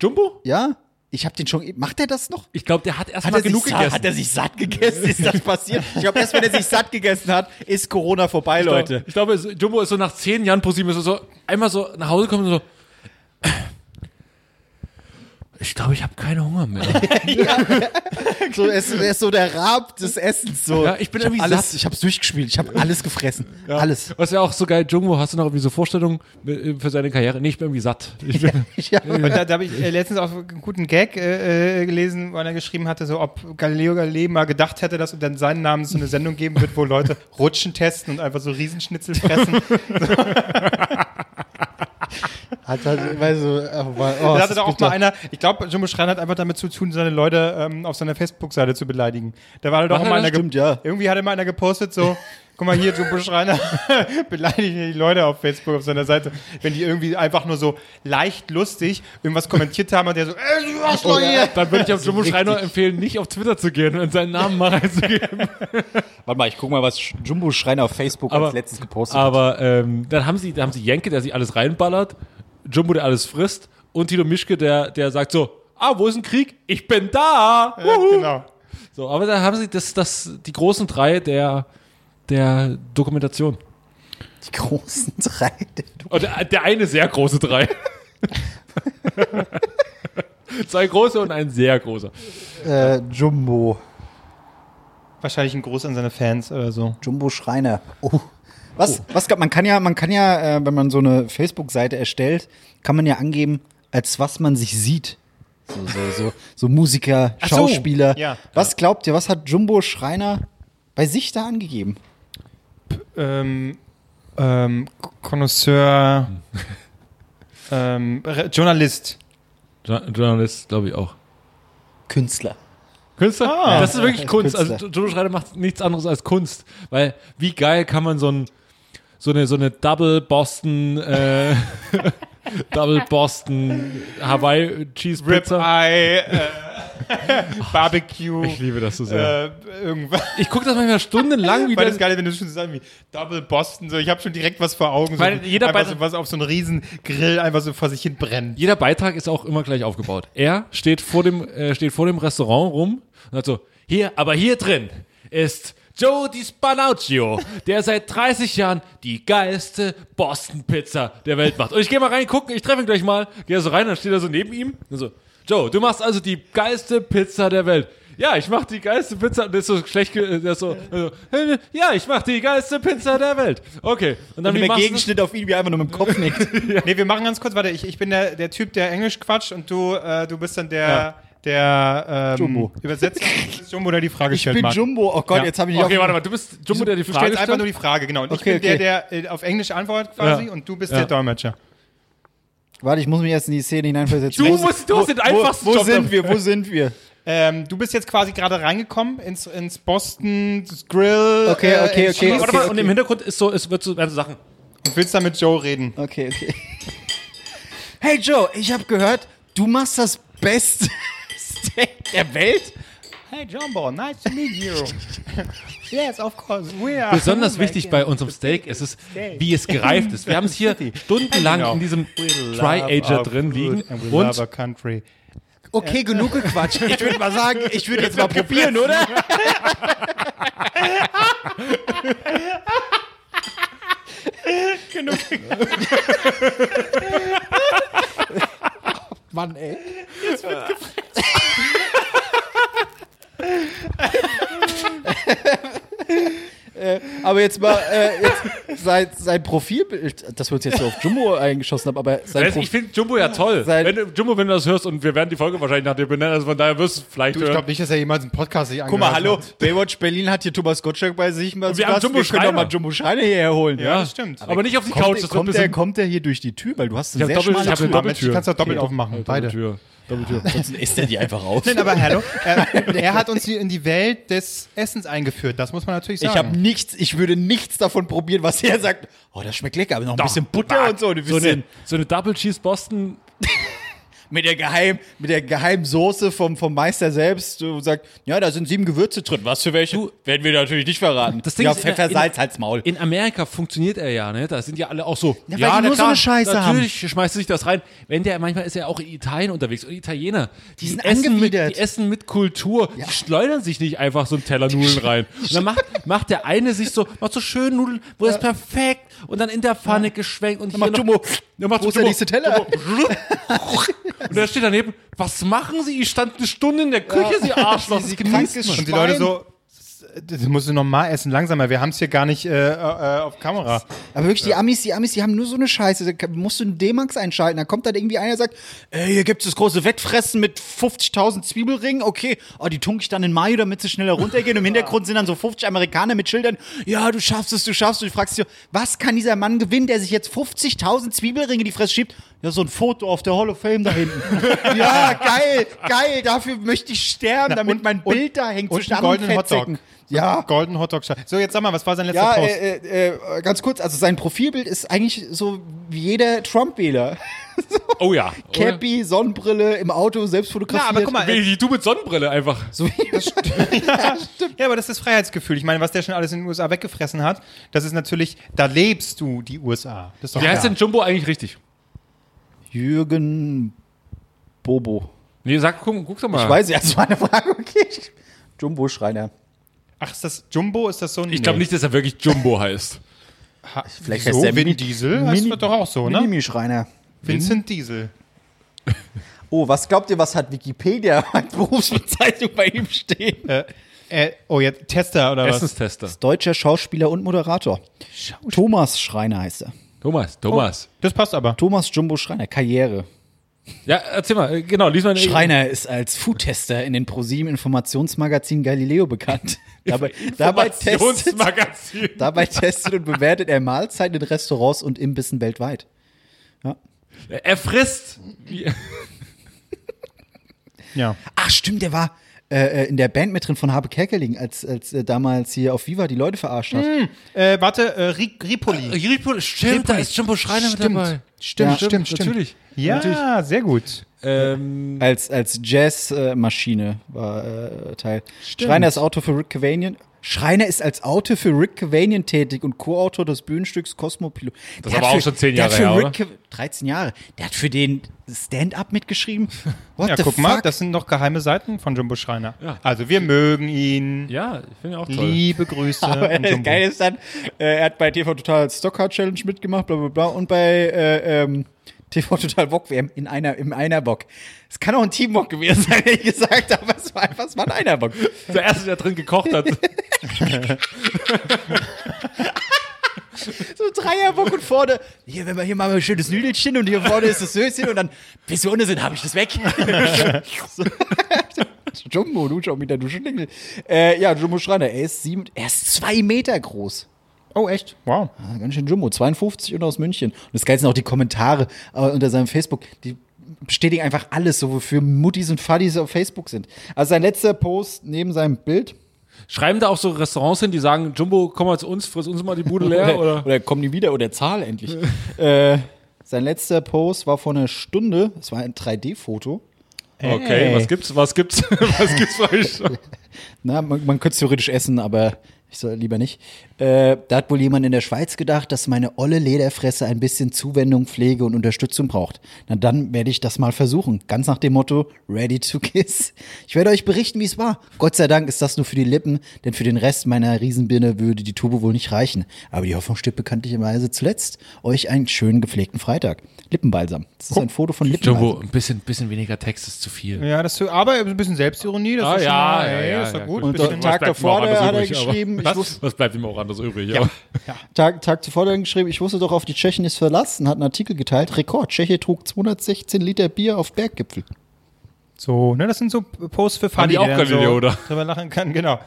Jumbo? Ja? Ich habe den schon. Macht der das noch? Ich glaube, der hat erstmal genug sich gegessen. Satt, hat er sich satt gegessen? Ist das passiert? Ich glaube, erst wenn er sich satt gegessen hat, ist Corona vorbei, Leute. Ich glaube, es- Jumbo ist so nach zehn Jahren ProSieben, ist er so einmal so nach Hause kommen und so. Ich glaube, ich habe keinen Hunger mehr. So, er, ist, er ist so der Rab des Essens. So. Ja, ich bin irgendwie hab alles, satt. Ich habe durchgespielt. Ich habe alles gefressen. Alles. Was ja auch so geil, Jumbo, hast du noch irgendwie so Vorstellungen äh, für seine Karriere? Nee, ich bin irgendwie satt. Ich bin, Ja. Und da, da habe ich äh, letztens auch einen guten Gag äh, äh, gelesen, wo einer geschrieben hatte, so ob Galileo Galilei mal gedacht hätte, dass es dann seinen Namen so eine Sendung geben wird, wo Leute Rutschen testen und einfach so Riesenschnitzel fressen. Hat halt, weißt du, oh, Mann, oh, da es hatte ist doch auch bitter. mal einer, ich glaube, Jumbo Schrein hat einfach damit zu tun, seine Leute ähm, auf seiner Facebook-Seite zu beleidigen. Da war doch Macht auch er mal das? einer, ge- Stimmt, ja. irgendwie hat immer einer gepostet, so, guck mal hier, Jumbo Schreiner beleidigt die Leute auf Facebook auf seiner Seite, wenn die irgendwie einfach nur so leicht lustig irgendwas kommentiert haben und der so, ey, du Oh hast doch hier. dann würde ich auf Jumbo Schreiner empfehlen, nicht auf Twitter zu gehen und seinen Namen mal reinzugeben. Warte mal, ich guck mal, was Jumbo Schreiner auf Facebook Aber- als letztes gepostet hat. Aber ähm, dann haben sie, dann haben sie Jenke, der sich alles reinballert, Jumbo, der alles frisst und Tilo Mischke, der, der sagt so, ah, wo ist ein Krieg? Ich bin da! Ja, Uhu. genau. So, aber da haben sie das, das, die großen drei der, der Dokumentation. Die großen drei. Und der, der eine sehr große drei. Zwei große und ein sehr großer. Äh, Jumbo. Wahrscheinlich ein Gruß an seine Fans oder so. Jumbo Schreiner. Oh. Was, was gab, man kann ja, man kann ja, äh, wenn man so eine Facebook-Seite erstellt, kann man ja angeben, als was man sich sieht. So, so, so, so Musiker, so, Schauspieler. ja. Was glaubt ihr, was hat Jumbo Schreiner bei sich da angegeben? Ähm, ähm, K- Connoisseur, ähm, Re- Journalist. Journalist, glaube ich, auch. Künstler. Künstler? Ah. das ist wirklich Kunst. Künstler. Also Jojo Schreider macht nichts anderes als Kunst. Weil wie geil kann man so ein so eine so eine Double Boston äh, Double Boston Hawaii Cheese Pizza. Ribeye, äh, Barbecue, Ich liebe das so sehr. äh, irgendwas. ich gucke das manchmal stundenlang Weil wieder. das Geile, wenn du schon sagst, wie Double Boston, so, ich habe schon direkt was vor Augen. So, Weil jeder einfach bei- so was auf so einen riesen Grill einfach so vor sich hin brennt. Jeder Beitrag ist auch immer gleich aufgebaut. Er steht vor dem äh, steht vor dem Restaurant rum und hat so hier, aber hier drin ist Joe Di Spanaccio, der seit 30 Jahren die geilste Boston-Pizza der Welt macht. Und ich gehe mal reingucken, ich treffe ihn gleich mal. Gehe so rein, dann steht er so neben ihm. Und so, Joe, du machst also die geilste Pizza der Welt. Ja, ich mach die geilste Pizza. Und Der ist so schlecht, ge- äh, der ist so, also, ja, ich mach die geilste Pizza der Welt. Okay. Und dann wie machst du- auf ihn, wie er einfach nur mit dem Kopf nickt. Nee, wir machen ganz kurz, warte, ich, ich bin der, der Typ, der Englisch quatscht und du, äh, du bist dann der, der ähm, Jumbo. Übersetzer. Du bist Jumbo, der die Frage Ich stellt, bin Marc. Jumbo. Oh Gott, Ja. jetzt habe ich Okay, auch. warte mal, du bist Jumbo, der die Du Frage stellst einfach stellt. nur die Frage, genau. Und Okay, ich bin der, der äh, auf Englisch antwortet quasi Ja. und du bist Ja. der Dolmetscher. Warte, ich muss mich jetzt in die Szene hineinversetzen. Du Wo- musst- du hast wo- den einfachsten Wo, wo Job sind wir? Wo sind wir? Ähm, du bist jetzt quasi gerade reingekommen ins, ins Boston Grill. Okay, äh, okay, in okay. Cheese. Warte mal, und im Hintergrund ist so, es wird so, werden so Sachen. Du willst da mit Joe reden. Okay, okay. Hey Joe, ich habe gehört, du machst das beste Steak der Welt. Hey Jumbo, nice to meet you. yes, of course, we are. Besonders wichtig bei unserem Steak ist es, wie es gereift ist. Wir haben es hier stundenlang Genau. in diesem Tri-Ager drin liegen Und und country. Okay, genug gequatscht. Ich würde mal sagen, ich würde jetzt mal probieren, oder? ne? Genug. Mann, ey. Äh, Aber jetzt mal, äh, jetzt sein, sein Profilbild, das wird jetzt so auf Jumbo eingeschossen haben, aber sein ich Profil. finde Jumbo ja toll. Seit- Wenn, du- Jumbo, wenn du das hörst, und wir werden die Folge wahrscheinlich nach dir benennen, also von daher wirst du es vielleicht Du, ich hören. glaube nicht, dass er jemals einen Podcast sich Guck mal, angehört hallo, hat. Baywatch Berlin hat hier Thomas Gottschalk bei sich. mal zu wir haben Gast. Jumbo wir können doch Schreiner. mal Jumbo Schreiner hierher holen. Ja, das stimmt. Aber nicht auf die Kommt, Couch, der, das kommt, wird der, ein bisschen kommt der hier durch die Tür, weil du hast Ich eine hab sehr doppelt- ich hab schmale eine Tür. Doppel- Damit kannst du doppelt aufmachen, beide. Doppeltür, Doppeltür. Ansonsten isst er die einfach auf. Nein, aber hallo, er, er hat uns hier in die Welt des Essens eingeführt, das muss man natürlich sagen. Ich habe nichts, ich würde nichts davon probieren, was er sagt. Oh, das schmeckt lecker, aber noch ein bisschen Butter und so. Ein so, eine, bisschen. so eine Double Cheese Boston mit der geheim, mit der geheimen Soße vom, vom Meister selbst und sagt, ja, da sind sieben Gewürze drin. Was für welche? Du- Werden wir natürlich nicht verraten. Das Ding ja, ist, in Pfeffer, der- in- Salz, halt's Maul. In Amerika funktioniert er ja, ne? Da sind ja alle auch so. Ja, Ja, weil na die nur so klar, eine Scheiße haben. Natürlich schmeißt er sich das rein. Wenn der, manchmal ist er auch in Italien unterwegs und Italiener. Die, sind essen mit, angewidert. die essen mit Kultur. Die schleudern sich nicht einfach so einen Teller Nudeln rein. Und dann macht, macht der eine sich so, macht so schön Nudeln, wo das perfekt und dann in der Pfanne geschwenkt und dann macht Jumbo, Dann macht wo ist der Jumbo, nächste Teller? Jumbo, und dann steht daneben, was machen Sie? Ich stand eine Stunde in der Küche, Sie Arschloch. Sie- Sie, Sie genießt krankes man. Und die Schwein. Leute so, das musst du normal essen, langsamer. Wir haben es hier gar nicht äh, äh, auf Kamera. Aber wirklich, die Amis, die Amis, die haben nur so eine Scheiße. Da musst du einen D-Max einschalten. Da kommt dann irgendwie einer und sagt, ey, hier gibt's das große Wettfressen mit 50.000 Zwiebelringen. Okay, oh, die tunke ich dann in Mayo, damit sie schneller runtergehen. Im Hintergrund sind dann so 50 Amerikaner mit Schildern. Ja, du schaffst es, du schaffst es. Du fragst dich, was kann dieser Mann gewinnen, der sich jetzt 50.000 Zwiebelringe in die Fresse schiebt? Ja, so ein Foto auf der Hall of Fame da hinten. ja, geil, geil. Dafür möchte ich sterben, damit und- mein Bild da hängt. Und zwischen einen anderen goldenen Hotdog. Fettsäcken. Ja. Golden Hotdog. So, jetzt sag mal, was war sein letzter Ja, Post? äh, äh, äh, ganz kurz, also sein Profilbild ist eigentlich so wie jeder Trump-Wähler. Oh ja. Cappy, Sonnenbrille, im Auto, selbst fotografiert. Na, aber guck mal, Wie wie du mit Sonnenbrille einfach. So wie äh, Ja, aber das ist Freiheitsgefühl. Ich meine, was der schon alles in den USA weggefressen hat, das ist natürlich, da lebst du die USA. Das ist doch Wie heißt klar. denn Jumbo eigentlich richtig? Jürgen Bobo. Nee, sag, guck, guck doch mal. Ich weiß nicht, das war eine Frage, okay. Jumbo Schreiner. Ach, ist das Jumbo? Ist das so ein. Ich glaube Nee. nicht, dass er wirklich Jumbo heißt. Ha, Vielleicht Vielleicht heißt so, der Vin Mini- Diesel? Das Mini- wird doch auch so, ne? Minimi Schreiner. Vincent Diesel. Oh, was glaubt ihr, was hat Wikipedia als Berufsbezeichnung bei ihm stehen? Äh, äh, oh, jetzt Tester oder was? Essenstester. Deutscher Schauspieler und Moderator. Thomas Schreiner heißt er. Thomas, Thomas. Das passt aber. Thomas Jumbo Schreiner, Karriere. Ja, erzähl mal. äh, Genau, lies mal. Schreiner ist als Foodtester in den ProSieben-Informationsmagazin Galileo bekannt. dabei, dabei, testet, Informationsmagazin. dabei testet und bewertet er Mahlzeiten in Restaurants und Imbissen weltweit. Er frisst. Wie- Ja. Ach, Ah, stimmt, der war äh, äh, in der Band mit drin von Habe Kerkeling, als, als äh, damals hier auf Viva die Leute verarscht hat. Äh, warte, äh, Ri- Ripoli. Ripoli- Stimmt, da ist Jumbo Schreiner mit Stimmt. dabei. Stimmt, Ja, stimmt, stimmt. Natürlich. Ja, sehr gut. Ähm, Als, als Jazz-Maschine war äh, Teil. Schreiner ist Autor für Rick Cavanian. Schreiner ist als Autor für Rick Cavanian tätig und Co-Autor des Bühnenstücks Cosmopilot. Das Der ist hat aber auch für- schon zehn der hat Jahre für her, Rick Cav- 13 Jahre. Der hat für den Stand-Up mitgeschrieben. What Ja, the guck fuck? mal, das sind noch geheime Seiten von Jumbo Schreiner. Ja. Also, wir mögen ihn. ja, ich finde auch toll. Liebe Grüße Aber an das Jumbo. Geile ist dann, äh, er hat bei TV Total Stockard Challenge mitgemacht, bla bla bla, und bei äh, ähm, TV Total Bock WM in einer, in einer Bock. Es kann auch ein Teambock gewesen sein, ehrlich gesagt, aber es war einfach, es war ein einer Bock. Der erste, der drin gekocht hat. So ein Dreierbock und vorne, hier, wenn wir hier mal ein schönes Nüdelchen und hier vorne ist das Höschen und dann, bis wir unten sind, habe ich das weg. so. Jumbo, du schau mich da, du Schlingel. Äh, ja, Jumbo Schreiner, er ist sieben, er ist zwei Meter groß. Oh, echt? Wow. Ah, ganz schön Jumbo, 52 und aus München. Und das Geile sind auch die Kommentare äh, unter seinem Facebook, die bestätigen einfach alles, so wofür Muttis und Fadis auf Facebook sind. Also sein letzter Post neben seinem Bild. Schreiben da auch so Restaurants hin, die sagen, Jumbo, komm mal zu uns, friss uns mal die Bude leer? Oder? kommen die wieder oder zahl endlich. äh, sein letzter Post war vor einer Stunde, es war ein 3D-Foto. Okay, was gibt's, was gibt's, was gibt's für euch? Na, man, man könnte es theoretisch essen, aber ich soll lieber nicht. Äh, da hat wohl jemand in der Schweiz gedacht, dass meine olle Lederfresse ein bisschen Zuwendung, Pflege und Unterstützung braucht. Na dann werde ich das mal versuchen. Ganz nach dem Motto, ready to kiss. Ich werde euch berichten, wie es war. Gott sei Dank ist das nur für die Lippen, denn für den Rest meiner Riesenbirne würde die Tube wohl nicht reichen. Aber die Hoffnung stirbt bekanntlicherweise zuletzt. Euch einen schönen gepflegten Freitag. Lippenbalsam. Das ist ein Foto von Lippenbalsam. Jumbo, ein bisschen, bisschen weniger Text ist zu viel. Ja, das ist so, aber ein bisschen Selbstironie, das Ah, ist schon ja, mal, ja, ey, ja, ist doch ja, gut. gut. Ein Und bisschen- am Tag Was bleibt ihm auch davor anders hat er übrig, aber- geschrieben, ich wusste, Was, was bleibt ihm auch anderes übrig? aber- Tag, Tag zuvor dann geschrieben, ich wusste doch auf die Tschechen ist verlassen, hat einen Artikel geteilt. Rekord, Tscheche trug 216 Liter Bier auf Berggipfel. So, ne, das sind so Posts für Fanny, die auch der dann Galileo, so oder? drüber lachen kann, genau.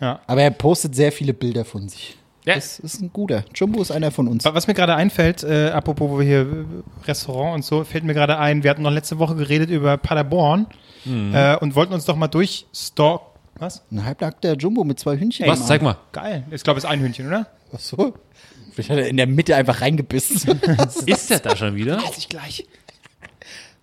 Aber er postet sehr viele Bilder von sich. Ja. Das ist ein guter. Jumbo ist einer von uns. Wa- Was mir gerade einfällt, äh, apropos wo wir hier äh, Restaurant und so, fällt mir gerade ein, wir hatten noch letzte Woche geredet über Paderborn Mhm. äh, und wollten uns doch mal durchstalk. Was? Ein halbnackter Jumbo mit zwei Hündchen. Was? Zeig mal. Geil. Ich glaube, es ist ein Hühnchen, oder? Ach so. Vielleicht hat er in der Mitte einfach reingebissen. Ist der da schon wieder? ich gleich.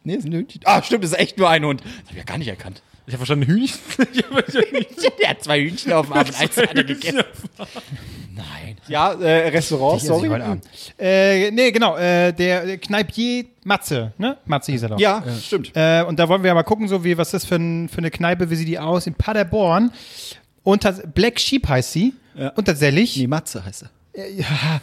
Nee, ist ein Hühnchen. Ah, stimmt, das ist echt nur ein Hund. Das habe ich ja gar nicht erkannt. Ich habe verstanden, Hühnchen. Ich hab verstanden, Der hat zwei Hühnchen auf dem Arm und eins hat er gegessen. Nein. Ja, äh, Restaurant, Sorry. sorry. Heute Abend. Äh, nee, genau. Äh, der der Kneipier Matze, ne? Matze hieß er doch. Ja, stimmt. Äh, und da wollen wir ja mal gucken, so wie, was das für, ein, für eine Kneipe, wie sieht die aus in Paderborn. Und tats- Black Sheep heißt sie. Und tatsächlich Nee, Matze heißt er.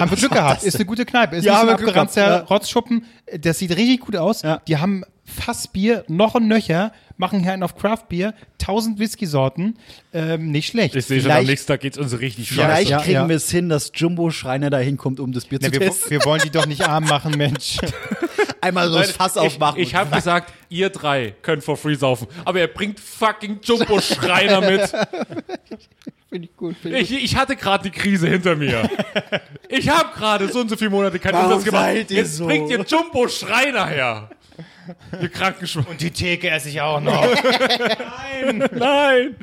haben wir Glück gehabt. Ist eine gute Kneipe. Ist Ja, ja, ein haben wir Glück abgeranzter gehabt, Rotzschuppen. Das sieht richtig gut aus. Ja. Die haben Fassbier, noch ein Nöcher, machen hier einen auf Craftbier, 1000 Whiskysorten. Ähm, nicht schlecht. Ich sehe schon, am Vielleicht- nächsten Tag geht's uns richtig scheiße. Vielleicht ja, kriegen ja. wir es hin, dass Jumbo Schreiner da hinkommt, um das Bier Na, zu wir, testen. wir wollen die doch nicht arm machen, Mensch. Einmal so das Fass aufmachen. Ich, ich habe gesagt, ihr drei könnt for free saufen, aber er bringt fucking Jumbo Schreiner mit. Finde ich gut. Ich, ich hatte gerade die Krise hinter mir. Ich habe gerade so und so viele Monate keinen Warum Umsatz gemacht. seid ihr Jetzt so? bringt ihr Jumbo Schreiner her. Ihr Krankenschwein. Die Theke esse ich auch noch. Nein.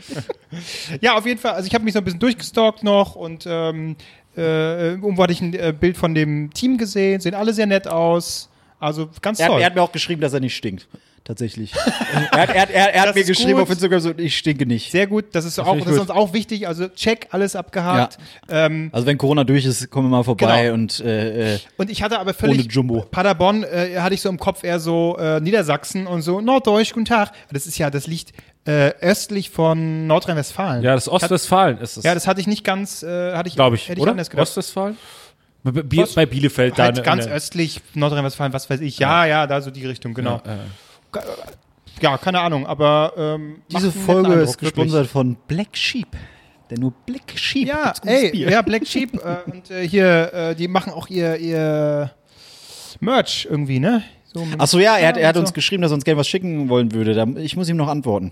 Ja, auf jeden Fall. Also ich habe mich so ein bisschen durchgestalkt noch und ähm, äh, irgendwo hatte ich ein äh, Bild von dem Team gesehen. Sehen alle sehr nett aus. Also ganz er, hat, toll. er hat mir auch geschrieben, dass er nicht stinkt. Tatsächlich. er hat, er, hat- er, er hat Das mir ist geschrieben gut. auf Instagram so, ich stinke nicht. sehr gut, das ist, auch, ich das ist gut. uns auch wichtig. Also check, alles abgehakt. Ähm, Also wenn Corona durch ist, kommen wir mal vorbei Genau. und äh, äh, und ich hatte aber völlig Ohne Jumbo. Paderborn äh, hatte ich so im Kopf eher so äh, Niedersachsen und so Norddeutsch, guten Tag. Das ist ja, das liegt äh, östlich von Nordrhein-Westfalen. Ja, das Ostwestfalen ist es. ja, das hatte ich nicht ganz, äh, hatte ich, glaube ich, hätte ich oder? anders gedacht. Ostwestfalen? Bei- bei- Bier- bei Bielefeld da. halt ne- ganz ne- östlich Nordrhein-Westfalen, was weiß ich. Ja, ja, da so die Richtung, genau. Ja, keine Ahnung, aber ähm, macht einen diese netten Folge Eindruck, ist wirklich. gesponsert von Black Sheep. Denn nur Black Sheep Ja, gibt's gutes ey, Bier. ja, Black Sheep äh, und äh, hier, äh, die machen auch ihr, ihr Merch irgendwie, ne? So mit- Achso, ja, also. er hat, er hat und uns so. geschrieben, dass er uns gerne was schicken wollen würde. Da, ich muss ihm noch antworten.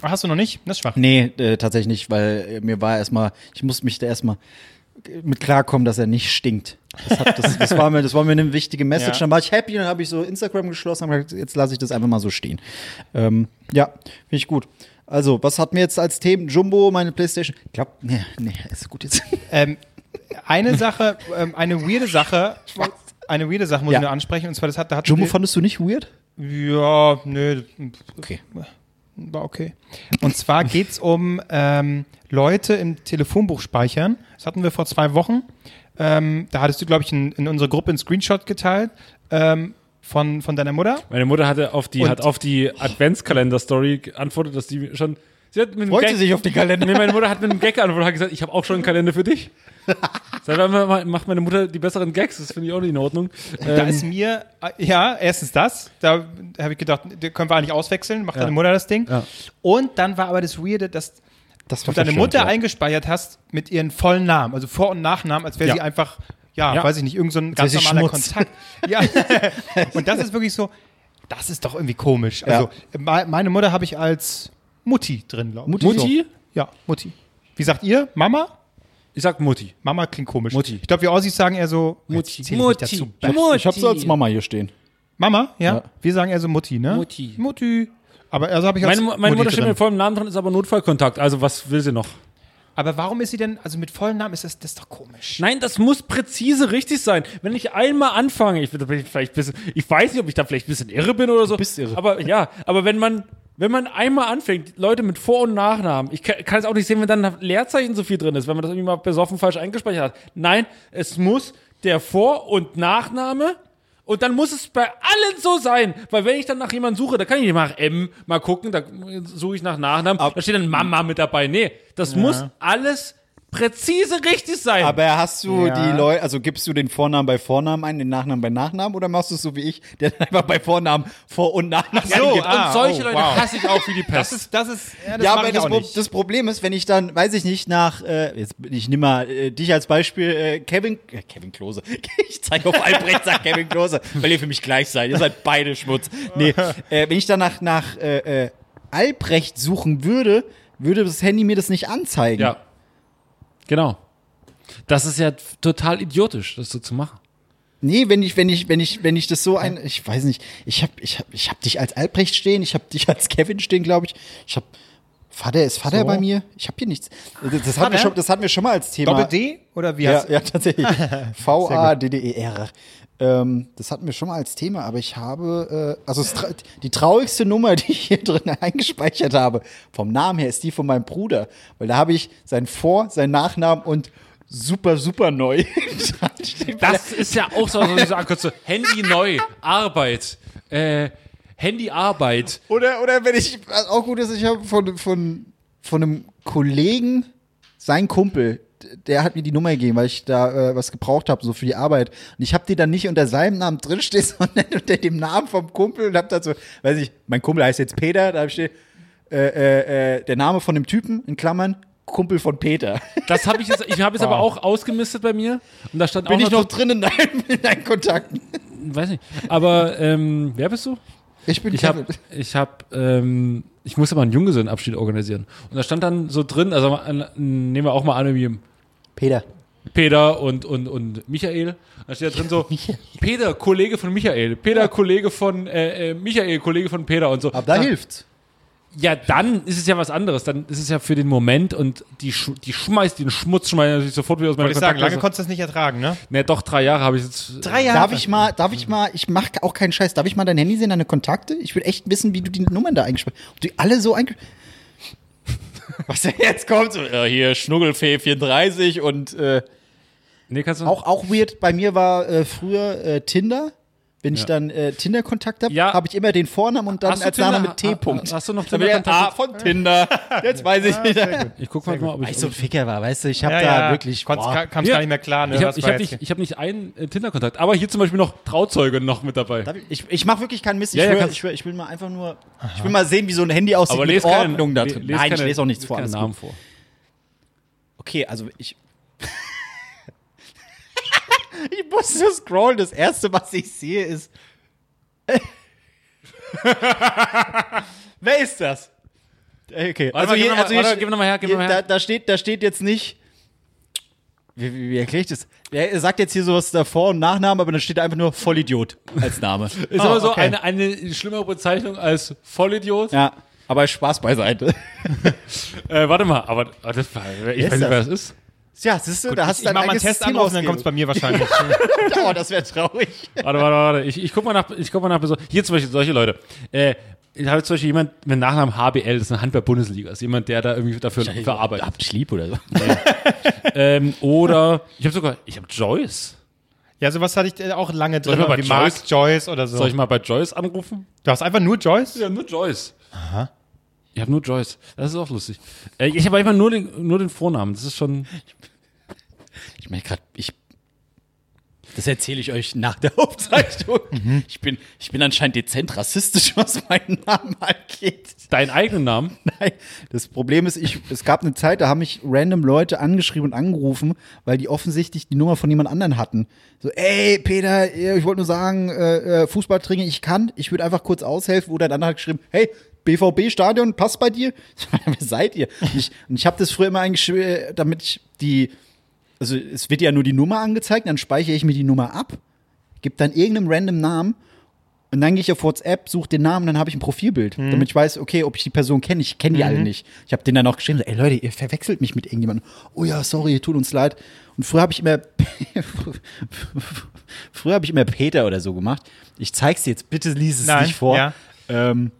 Ach, hast du noch nicht? Das ist schwach. Nee, äh, tatsächlich nicht, weil äh, mir war erstmal, ich musste mich da erstmal äh, mit klarkommen, dass er nicht stinkt. Das, hat, das, das, war, mir, das war mir eine wichtige Message. Ja. Dann war ich happy, dann habe ich so Instagram geschlossen und gesagt, jetzt lasse ich das einfach mal so stehen. Ähm, ja, finde ich gut. Also, was hat mir jetzt als Themen? Jumbo, meine Playstation. Ich glaube, nee, nee, ist gut jetzt. Ähm, eine Sache, ähm, eine weirde Sache, eine weirde Sache muss Ja. ich nur ansprechen, und zwar, das hat, da hat Jumbo fandest du nicht weird? Ja, nö, Okay. War okay. Und zwar geht's um ähm, Leute im Telefonbuch speichern. Das hatten wir vor zwei Wochen. Ähm, da hattest du, glaube ich, in, in unsere Gruppe einen Screenshot geteilt ähm, von, von deiner Mutter. Meine Mutter hatte auf die, Und- hat auf die Adventskalender-Story geantwortet, dass die schon. Sie hat mit einem Freut Gag- sie sich auf den Kalender? Nee, meine Mutter hat mit einem Gag geantwortet und hat gesagt, ich habe auch schon einen Kalender für dich. Seit wann ma- macht meine Mutter die besseren Gags? Das finde ich auch nicht in Ordnung. Da Ähm. ist mir, äh, ja, erstens das, da habe ich gedacht, da können wir eigentlich auswechseln, macht deine Mutter das Ding. Ja. Und dann war aber das Weirde, dass Das du deine Mutter ja. eingespeichert hast mit ihren vollen Namen, also Vor- und Nachnamen, als wäre Ja. sie einfach, ja, Ja. weiß ich nicht, irgendein so ein wäre ganz sie normaler Schmutz. Kontakt. Ja. und das ist wirklich so, das ist doch irgendwie komisch. Also me- meine Mutter habe ich als Mutti drin, glaube ich. Mutti? Mutti? Ja, Mutti. Wie sagt ihr? Mama? Ich sag Mutti. Mama klingt komisch. Mutti. Ich glaube, wir Aussies sagen eher so Mutti. Jetzt zähl ich nicht dazu. Mutti. Ich habe sie als Mama hier stehen. Mama, ja? Ja. Wir sagen eher so Mutti, ne? Mutti. Mutti. Aber also habe ich als Meine, Mu- meine Mutti Mutter steht drin. mit vollem Namen drin, ist aber Notfallkontakt. Also was will sie noch? Aber warum ist sie denn, also mit vollen Namen ist das, das ist doch komisch. Nein, das muss präzise richtig sein. Wenn ich einmal anfange, ich, bin- da bin ich vielleicht ein bisschen, ich weiß nicht, ob ich da vielleicht ein bisschen irre bin oder so. Du bist irre. Aber ja, aber wenn man, wenn man einmal anfängt, Leute mit Vor- und Nachnamen, ich kann, kann es auch nicht sehen, wenn dann Leerzeichen so viel drin ist, wenn man das irgendwie mal besoffen falsch eingespeichert hat. Nein, es muss der Vor- und Nachname und dann muss es bei allen so sein, weil wenn ich dann nach jemandem suche, da kann ich nicht nach M mal gucken, da suche ich nach Nachnamen, da steht dann Mama mit dabei. Nee, das muss alles präzise richtig sein. Aber hast du Ja. die Leute, also gibst du den Vornamen bei Vornamen ein, den Nachnamen bei Nachnamen oder machst du es so wie ich, der dann einfach bei Vornamen Vor- und Nachnamen so, angibt? ah. und solche oh, Leute wow. hasse ich auch wie die Pest. Das ist, das ist, ja, das Ja, mag aber ich das, auch Pro nicht. das Problem ist, wenn ich dann, weiß ich nicht, nach, äh, jetzt, ich nehme mal äh, dich als Beispiel, äh, Kevin, äh, Kevin Klose. Ich zeige auf Albrecht, sag Kevin Klose, weil ihr für mich gleich seid. Ihr seid beide Schmutz. Nee, äh, wenn ich dann nach, nach äh, äh, Albrecht suchen würde, würde das Handy mir das nicht anzeigen. ja. Genau. Das ist ja total idiotisch, das so zu machen. Nee, wenn ich, wenn ich, wenn ich, wenn ich das so ein, ich weiß nicht, ich hab, ich hab, ich hab dich als Albrecht stehen, ich hab dich als Kevin stehen, glaube ich. Ich hab Vater ist Vater So. bei mir? Ich habe hier nichts. Das, das, hatten wir Vater? schon, das hatten wir schon mal als Thema. Doppel D oder wie Ja, heißt ja, tatsächlich. V-A-D-D-E-R. E Ähm, das hatten wir schon mal als Thema, aber ich habe, äh, also es tra die traurigste Nummer, die ich hier drin eingespeichert habe, vom Namen her, ist die von meinem Bruder, weil da habe ich seinen Vor-, seinen Nachnamen und super, super neu. dran stehen. Das ist ja auch so, was ich sagen könnte. Handy neu, Arbeit, äh, Handy Arbeit. Oder, oder wenn ich, was auch gut ist, ich habe von, von, von einem Kollegen, sein Kumpel, d- der hat mir die Nummer gegeben, weil ich da äh, was gebraucht habe, so für die Arbeit. Und ich habe die dann nicht unter seinem Namen drinstehen, sondern unter dem Namen vom Kumpel und habe dazu, weiß ich, mein Kumpel heißt jetzt Peter, da habe ich stehen, äh, äh, äh, der Name von dem Typen, in Klammern, Kumpel von Peter. Das habe ich jetzt, ich habe jetzt aber auch ausgemistet bei mir. Und da stand Bin auch ich noch drin in deinen, in deinen Kontakten? weiß nicht. Aber, ähm, wer bist du? Ich bin Ich habe, ich habe, ähm, ich musste mal einen Junggesellenabschied organisieren. Und da stand dann so drin, also an, nehmen wir auch mal an, wie Peter. Peter und, und, und Michael. Da steht da drin so, Peter, Kollege von Michael. Peter, Kollege von äh, äh, Michael, Kollege von Peter und so. Aber da Ja, hilft's. Ja, dann ist es ja was anderes. Dann ist es ja für den Moment und die, Sch die schmeißt den Schmutz, schmeißt natürlich sofort wieder aus meiner Wollte ich sagen, lange Kontaktliste. konntest du das nicht ertragen, ne? Ne, doch, drei Jahre habe ich jetzt. Drei Jahre. Darf ich mal, darf ich mal, ich mach auch keinen Scheiß, darf ich mal dein Handy sehen, deine Kontakte? Ich will echt wissen, wie du die Nummern da eingesprochen hast. Ob du die alle so eingesprochen Was denn jetzt kommt? So, äh, hier Schnuggelfee 34 und äh, Nee, kannst du auch, auch weird, bei mir war äh, früher äh, Tinder. Wenn ich dann äh, Tinder-Kontakt habe, Ja. habe ich immer den Vornamen und dann Hast du als Nachname Tinder? mit T-Punkt. Ha- ha- hast du noch Dann bin ich Tinder-Kontakt? Ah, A Ah, von Tinder. Jetzt weiß ich nicht. Ich guck mal, mal ob ich. Weil ich so ein Ficker war, weißt du, ich habe Ja, da ja. wirklich. Konntest- boah. ka- kamst gar nicht mehr klar, ne? Ich was habe ich war hab jetzt nicht, ich hab nicht einen äh, Tinder-Kontakt. Aber hier zum Beispiel noch Trauzeuge noch mit dabei. Darf ich ich, ich mache wirklich keinen Mist. Ich, Ja, ja, schwör, kannst- ich, schwör, ich will mal einfach nur. Ich will mal sehen, wie so ein Handy aussieht aber mit lese keine- Ordnung da le- drin. lese Nein, keine- ich lese auch nichts vor. keine Alles Namen gut. vor. Okay, also ich. ich musste scrollen. Das erste, was ich sehe, ist. Wer ist das? Äh, Okay, also Warte mal, gib mir noch mal- warte, gib mir noch mal her, gib mir hier, noch mal her. Da, da, steht, da steht jetzt nicht. Wie, wie, wie erkläre ich das? Er sagt jetzt hier sowas davor und Nachname, aber dann steht da einfach nur Vollidiot als Name. Ist Ah, aber so okay. eine, eine schlimmere Bezeichnung als Vollidiot. Ja, aber Spaß beiseite. Äh, warte mal, aber aber das war, ich weiß nicht, ist das? wer das ist. Ja, siehst du, da hast ich du mach mal einen Test an und dann kommt's bei mir wahrscheinlich. Oh, das wäre traurig. Warte, warte, warte. Ich, ich guck mal nach, ich guck mal nach Person- Hier zum Beispiel solche Leute. Äh, ich habe zum Beispiel jemand mit Nachnamen HBL, das ist eine Handball-Bundesliga, ist jemand, der da irgendwie dafür verarbeitet. Habt lieb oder so. Ähm, oder ich habe sogar, ich habe Joyce. ja, sowas hatte ich äh, auch lange drin. ich mal bei Wie Mark Joyce- Joyce oder so. Soll ich mal bei Joyce anrufen? Du hast einfach nur Joyce? Ja, nur Joyce. Aha. Ich habe nur Joyce. Das ist auch lustig. Äh, ich habe einfach nur den, nur den Vornamen. Das ist schon. Ich meine gerade, ich. Das erzähle ich euch nach der Aufzeichnung. Ich, bin, ich bin anscheinend dezent rassistisch, was meinen Namen angeht. Deinen eigenen Namen? Nein. Das Problem ist, ich, es gab eine Zeit, da haben mich random Leute angeschrieben und angerufen, weil die offensichtlich die Nummer von jemand anderen hatten. So, ey, Peter, ich wollte nur sagen, äh, äh, Fußballtraining, ich kann, ich würde einfach kurz aushelfen. Oder ein anderer hat geschrieben, hey, BVB-Stadion, passt bei dir? Wer seid ihr? Und ich, und ich habe das früher immer eingeschrieben, damit ich die, also es wird ja nur die Nummer angezeigt, dann speichere ich mir die Nummer ab, gebe dann irgendeinem random Namen und dann gehe ich auf WhatsApp, suche den Namen, dann habe ich ein Profilbild, Mhm. damit ich weiß, okay, ob ich die Person kenne. Ich kenne die alle nicht. Ich habe denen dann auch geschrieben, so, ey Leute, ihr verwechselt mich mit irgendjemandem. Oh ja, sorry, tut uns leid. Und früher habe ich immer früher habe ich immer Peter oder so gemacht. Ich zeig's dir jetzt, bitte lies es Nein, nicht vor. ja. Ähm,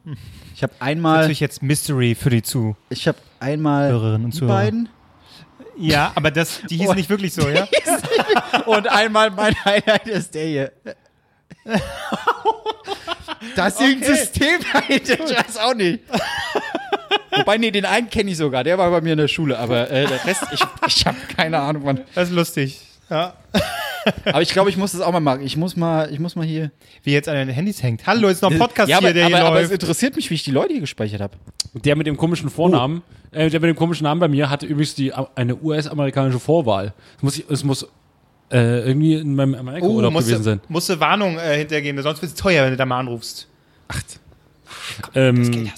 ich habe einmal, Natürlich jetzt Mystery für die zu. ich habe einmal Hörerinnen und die Zuhörer. beiden Ja, aber das, die hieß Oh. nicht wirklich so, ja? und einmal mein Highlight ist der hier. Da ist irgendein System dahinter, ich weiß auch nicht. Wobei, nee, den einen kenne ich sogar, der war bei mir in der Schule, aber äh, der Rest, ich, ich habe keine Ahnung, Mann. Das ist lustig. Ja. Aber ich glaube, ich muss das auch mal machen. Ich muss mal, ich muss mal hier. Wie jetzt an den Handys hängt. Hallo, ist noch ein Podcast ja, aber, hier, der aber, hier aber es läuft. interessiert mich, wie ich die Leute hier gespeichert habe. Der mit dem komischen Vornamen, Oh. äh, der mit dem komischen Namen bei mir hatte übrigens die, äh, eine US-amerikanische Vorwahl. Es muss, es muss äh, irgendwie in meinem Oh, Amerika-Urlaub musst, gewesen sein. du, musst du Warnung äh, hintergeben, sonst wird's teuer, wenn du da mal anrufst. Ähm,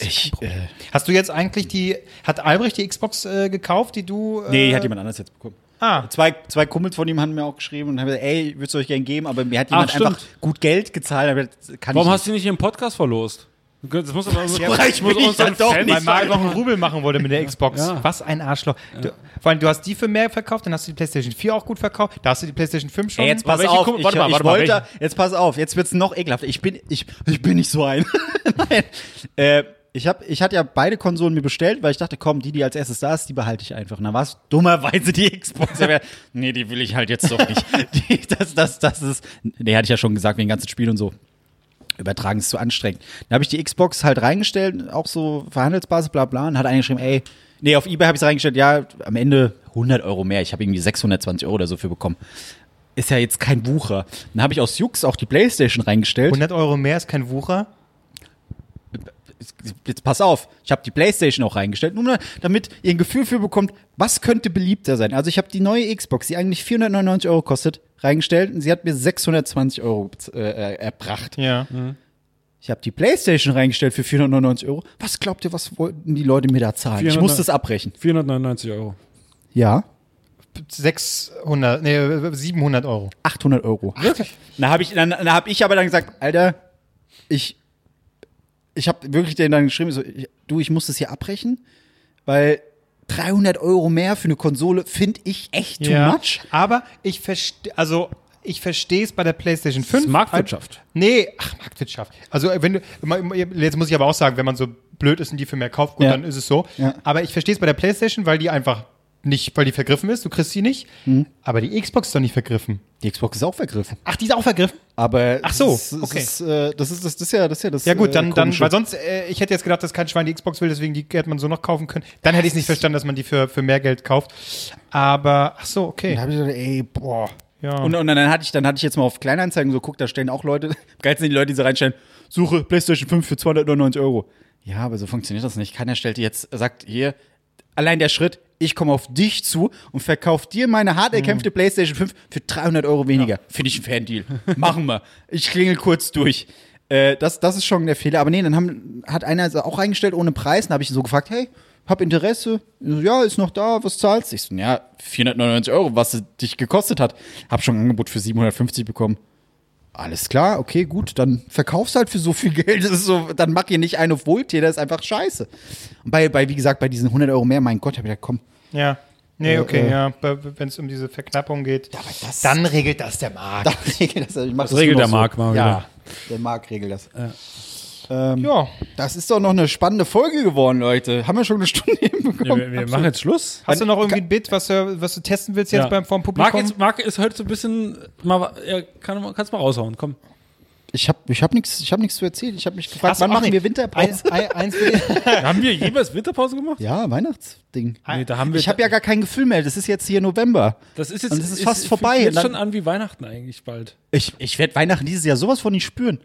Ich, äh, Hast du jetzt eigentlich die, hat Albrecht die Xbox äh, gekauft, die du... Äh, nee, hat jemand anders jetzt bekommen. Ah, Zwei, zwei Kumpels von ihm haben mir auch geschrieben und haben gesagt, ey, würdest du euch gern geben, aber mir hat Ah, jemand stimmt. einfach gut Geld gezahlt. Aber das kann warum ich hast du die nicht im Podcast verlost? Das muss aber Ja, aber ich will ja doch nicht Weil Fans Marc sagen. noch einen Rubel machen wollte mit der Xbox. Ja. Was ein Arschloch. Du, vor allem, du hast die für mehr verkauft, dann hast du die PlayStation 4 auch gut verkauft, da hast du die PlayStation 5 schon. Ey, jetzt Aber pass welche auf, Kumpel- ich, warte mal, ich warte mal, wollte, jetzt pass auf, jetzt wird's noch ekelhafter. Ich bin, ich, ich bin nicht so ein. Nein. Äh, ich, hab, ich hatte ja beide Konsolen mir bestellt, weil ich dachte, komm, die, die als erstes da ist, die behalte ich einfach. Und dann war es dummerweise die Xbox. Aber, nee, die will ich halt jetzt doch nicht. Die, das, das, das ist, nee, hatte ich ja schon gesagt, wegen ganzen Spiel und so. Übertragen ist zu anstrengend. Dann habe ich die Xbox halt reingestellt, auch so Verhandelsbasis, bla bla, und hat eingeschrieben, ey, nee, auf Ebay habe ich es reingestellt, ja, am Ende 100 Euro mehr. Ich habe irgendwie 620 Euro oder so für bekommen ist ja jetzt kein Wucher. Dann habe ich aus Jux auch die Playstation reingestellt. 100 Euro mehr ist kein Wucher. jetzt pass auf, ich habe die Playstation auch reingestellt, nur mal, damit ihr ein Gefühl für bekommt, was könnte beliebter sein. Also ich habe die neue Xbox, die eigentlich 499 Euro kostet, reingestellt und sie hat mir 620 Euro äh, erbracht. Ja. Ich habe die Playstation reingestellt für 499 Euro. Was glaubt ihr, was wollten die Leute mir da zahlen? Ich 400 muss das abbrechen. 499 Euro. Ja, 600, nee, 700 Euro. 800 Euro. Wirklich? Na habe ich, dann, dann hab ich aber dann gesagt, Alter, ich, ich habe wirklich denen dann geschrieben, so, ich, du, ich muss das hier abbrechen, weil 300 Euro mehr für eine Konsole finde ich echt too ja. much. Aber ich verstehe, also ich verstehe es bei der PlayStation 5. ist Marktwirtschaft. Nee, ach, Marktwirtschaft. Also wenn du, jetzt muss ich aber auch sagen, wenn man so blöd ist und die für mehr kauft, gut, Ja. dann ist es so. Ja. Aber ich verstehe es bei der PlayStation, weil die einfach nicht, weil die vergriffen ist, du kriegst sie nicht. Aber die Xbox ist doch nicht vergriffen. Die Xbox ist auch vergriffen. Mhm. Ach, die ist auch vergriffen? Aber Ach so, es ist- es okay. ist, äh, das ist das, das ist ja das ist ja das. Ja gut, dann, äh, dann komische. weil sonst, äh, ich hätte jetzt gedacht, dass kein Schwein die Xbox will, deswegen die hätte man so noch kaufen können. Dann hätte ich es nicht verstanden, dass man die für, für mehr Geld kauft. Aber, ach so, Dann okay. hab ich gesagt, ey, boah. Ja. Und, und dann hatte ich, dann hatte ich jetzt mal auf Kleinanzeigen so, guck, da stellen auch Leute, geil sind die Leute, die so reinstellen, suche PlayStation 5 für 299 Euro. Ja, aber so funktioniert das nicht. Keiner stellt jetzt, sagt hier, allein der Schritt, ich komme auf dich zu und verkaufe dir meine hart erkämpfte PlayStation 5 für 300 Euro weniger. Finde ich einen fairen Deal. Machen wir. Ich klingel kurz durch. Äh, das, das ist schon der Fehler. Aber nee, dann haben, hat einer so auch eingestellt ohne Preis. Dann habe ich ihn so gefragt, hey, hab Interesse. So, Ja, ist noch da, was zahlst du? Ich so, ja, 499 Euro, was es dich gekostet hat. Hab schon ein Angebot für 750 bekommen. Alles klar, okay, gut, dann verkauf's halt für so viel Geld. Das ist so, dann mach ihr nicht einen auf Wohltäter, das ist einfach scheiße. Und bei, bei, wie gesagt, bei diesen 100 Euro mehr, mein Gott, hab ich gedacht, komm, Ja. Nee, Äh, okay, äh. ja. Wenn es um diese Verknappung geht, aber das- dann regelt das der Markt. da regelt das, ich mach das, regelt nur noch der Marc mal Ja, wieder. der Marc regelt das. Ähm, ja. Das ist doch noch eine spannende Folge geworden, Leute. Haben wir schon eine Stunde Ja, hinbekommen. wir wir machen jetzt Schluss. Hast du noch irgendwie ein Bit, was du, was du testen willst jetzt beim vom Publikum? Marc, jetzt, Marc ist heute so ein bisschen. Mal, er kann, kannst mal raushauen, komm. Ich hab, ich hab nichts, ich hab nichts zu erzählen. Ich hab mich gefragt, Hast du wann auch machen nicht- wir Winterpause? Ein, ein, eins will ich- Haben wir jemals Winterpause gemacht? Ja, Weihnachtsding. Nee, da haben wir. Ich habe ja gar kein Gefühl mehr. Das ist jetzt hier November. das ist jetzt und es ist fast vorbei. Fühlt Und schon dann, an wie Weihnachten eigentlich bald. ich ich werde Weihnachten dieses Jahr sowas von nicht spüren.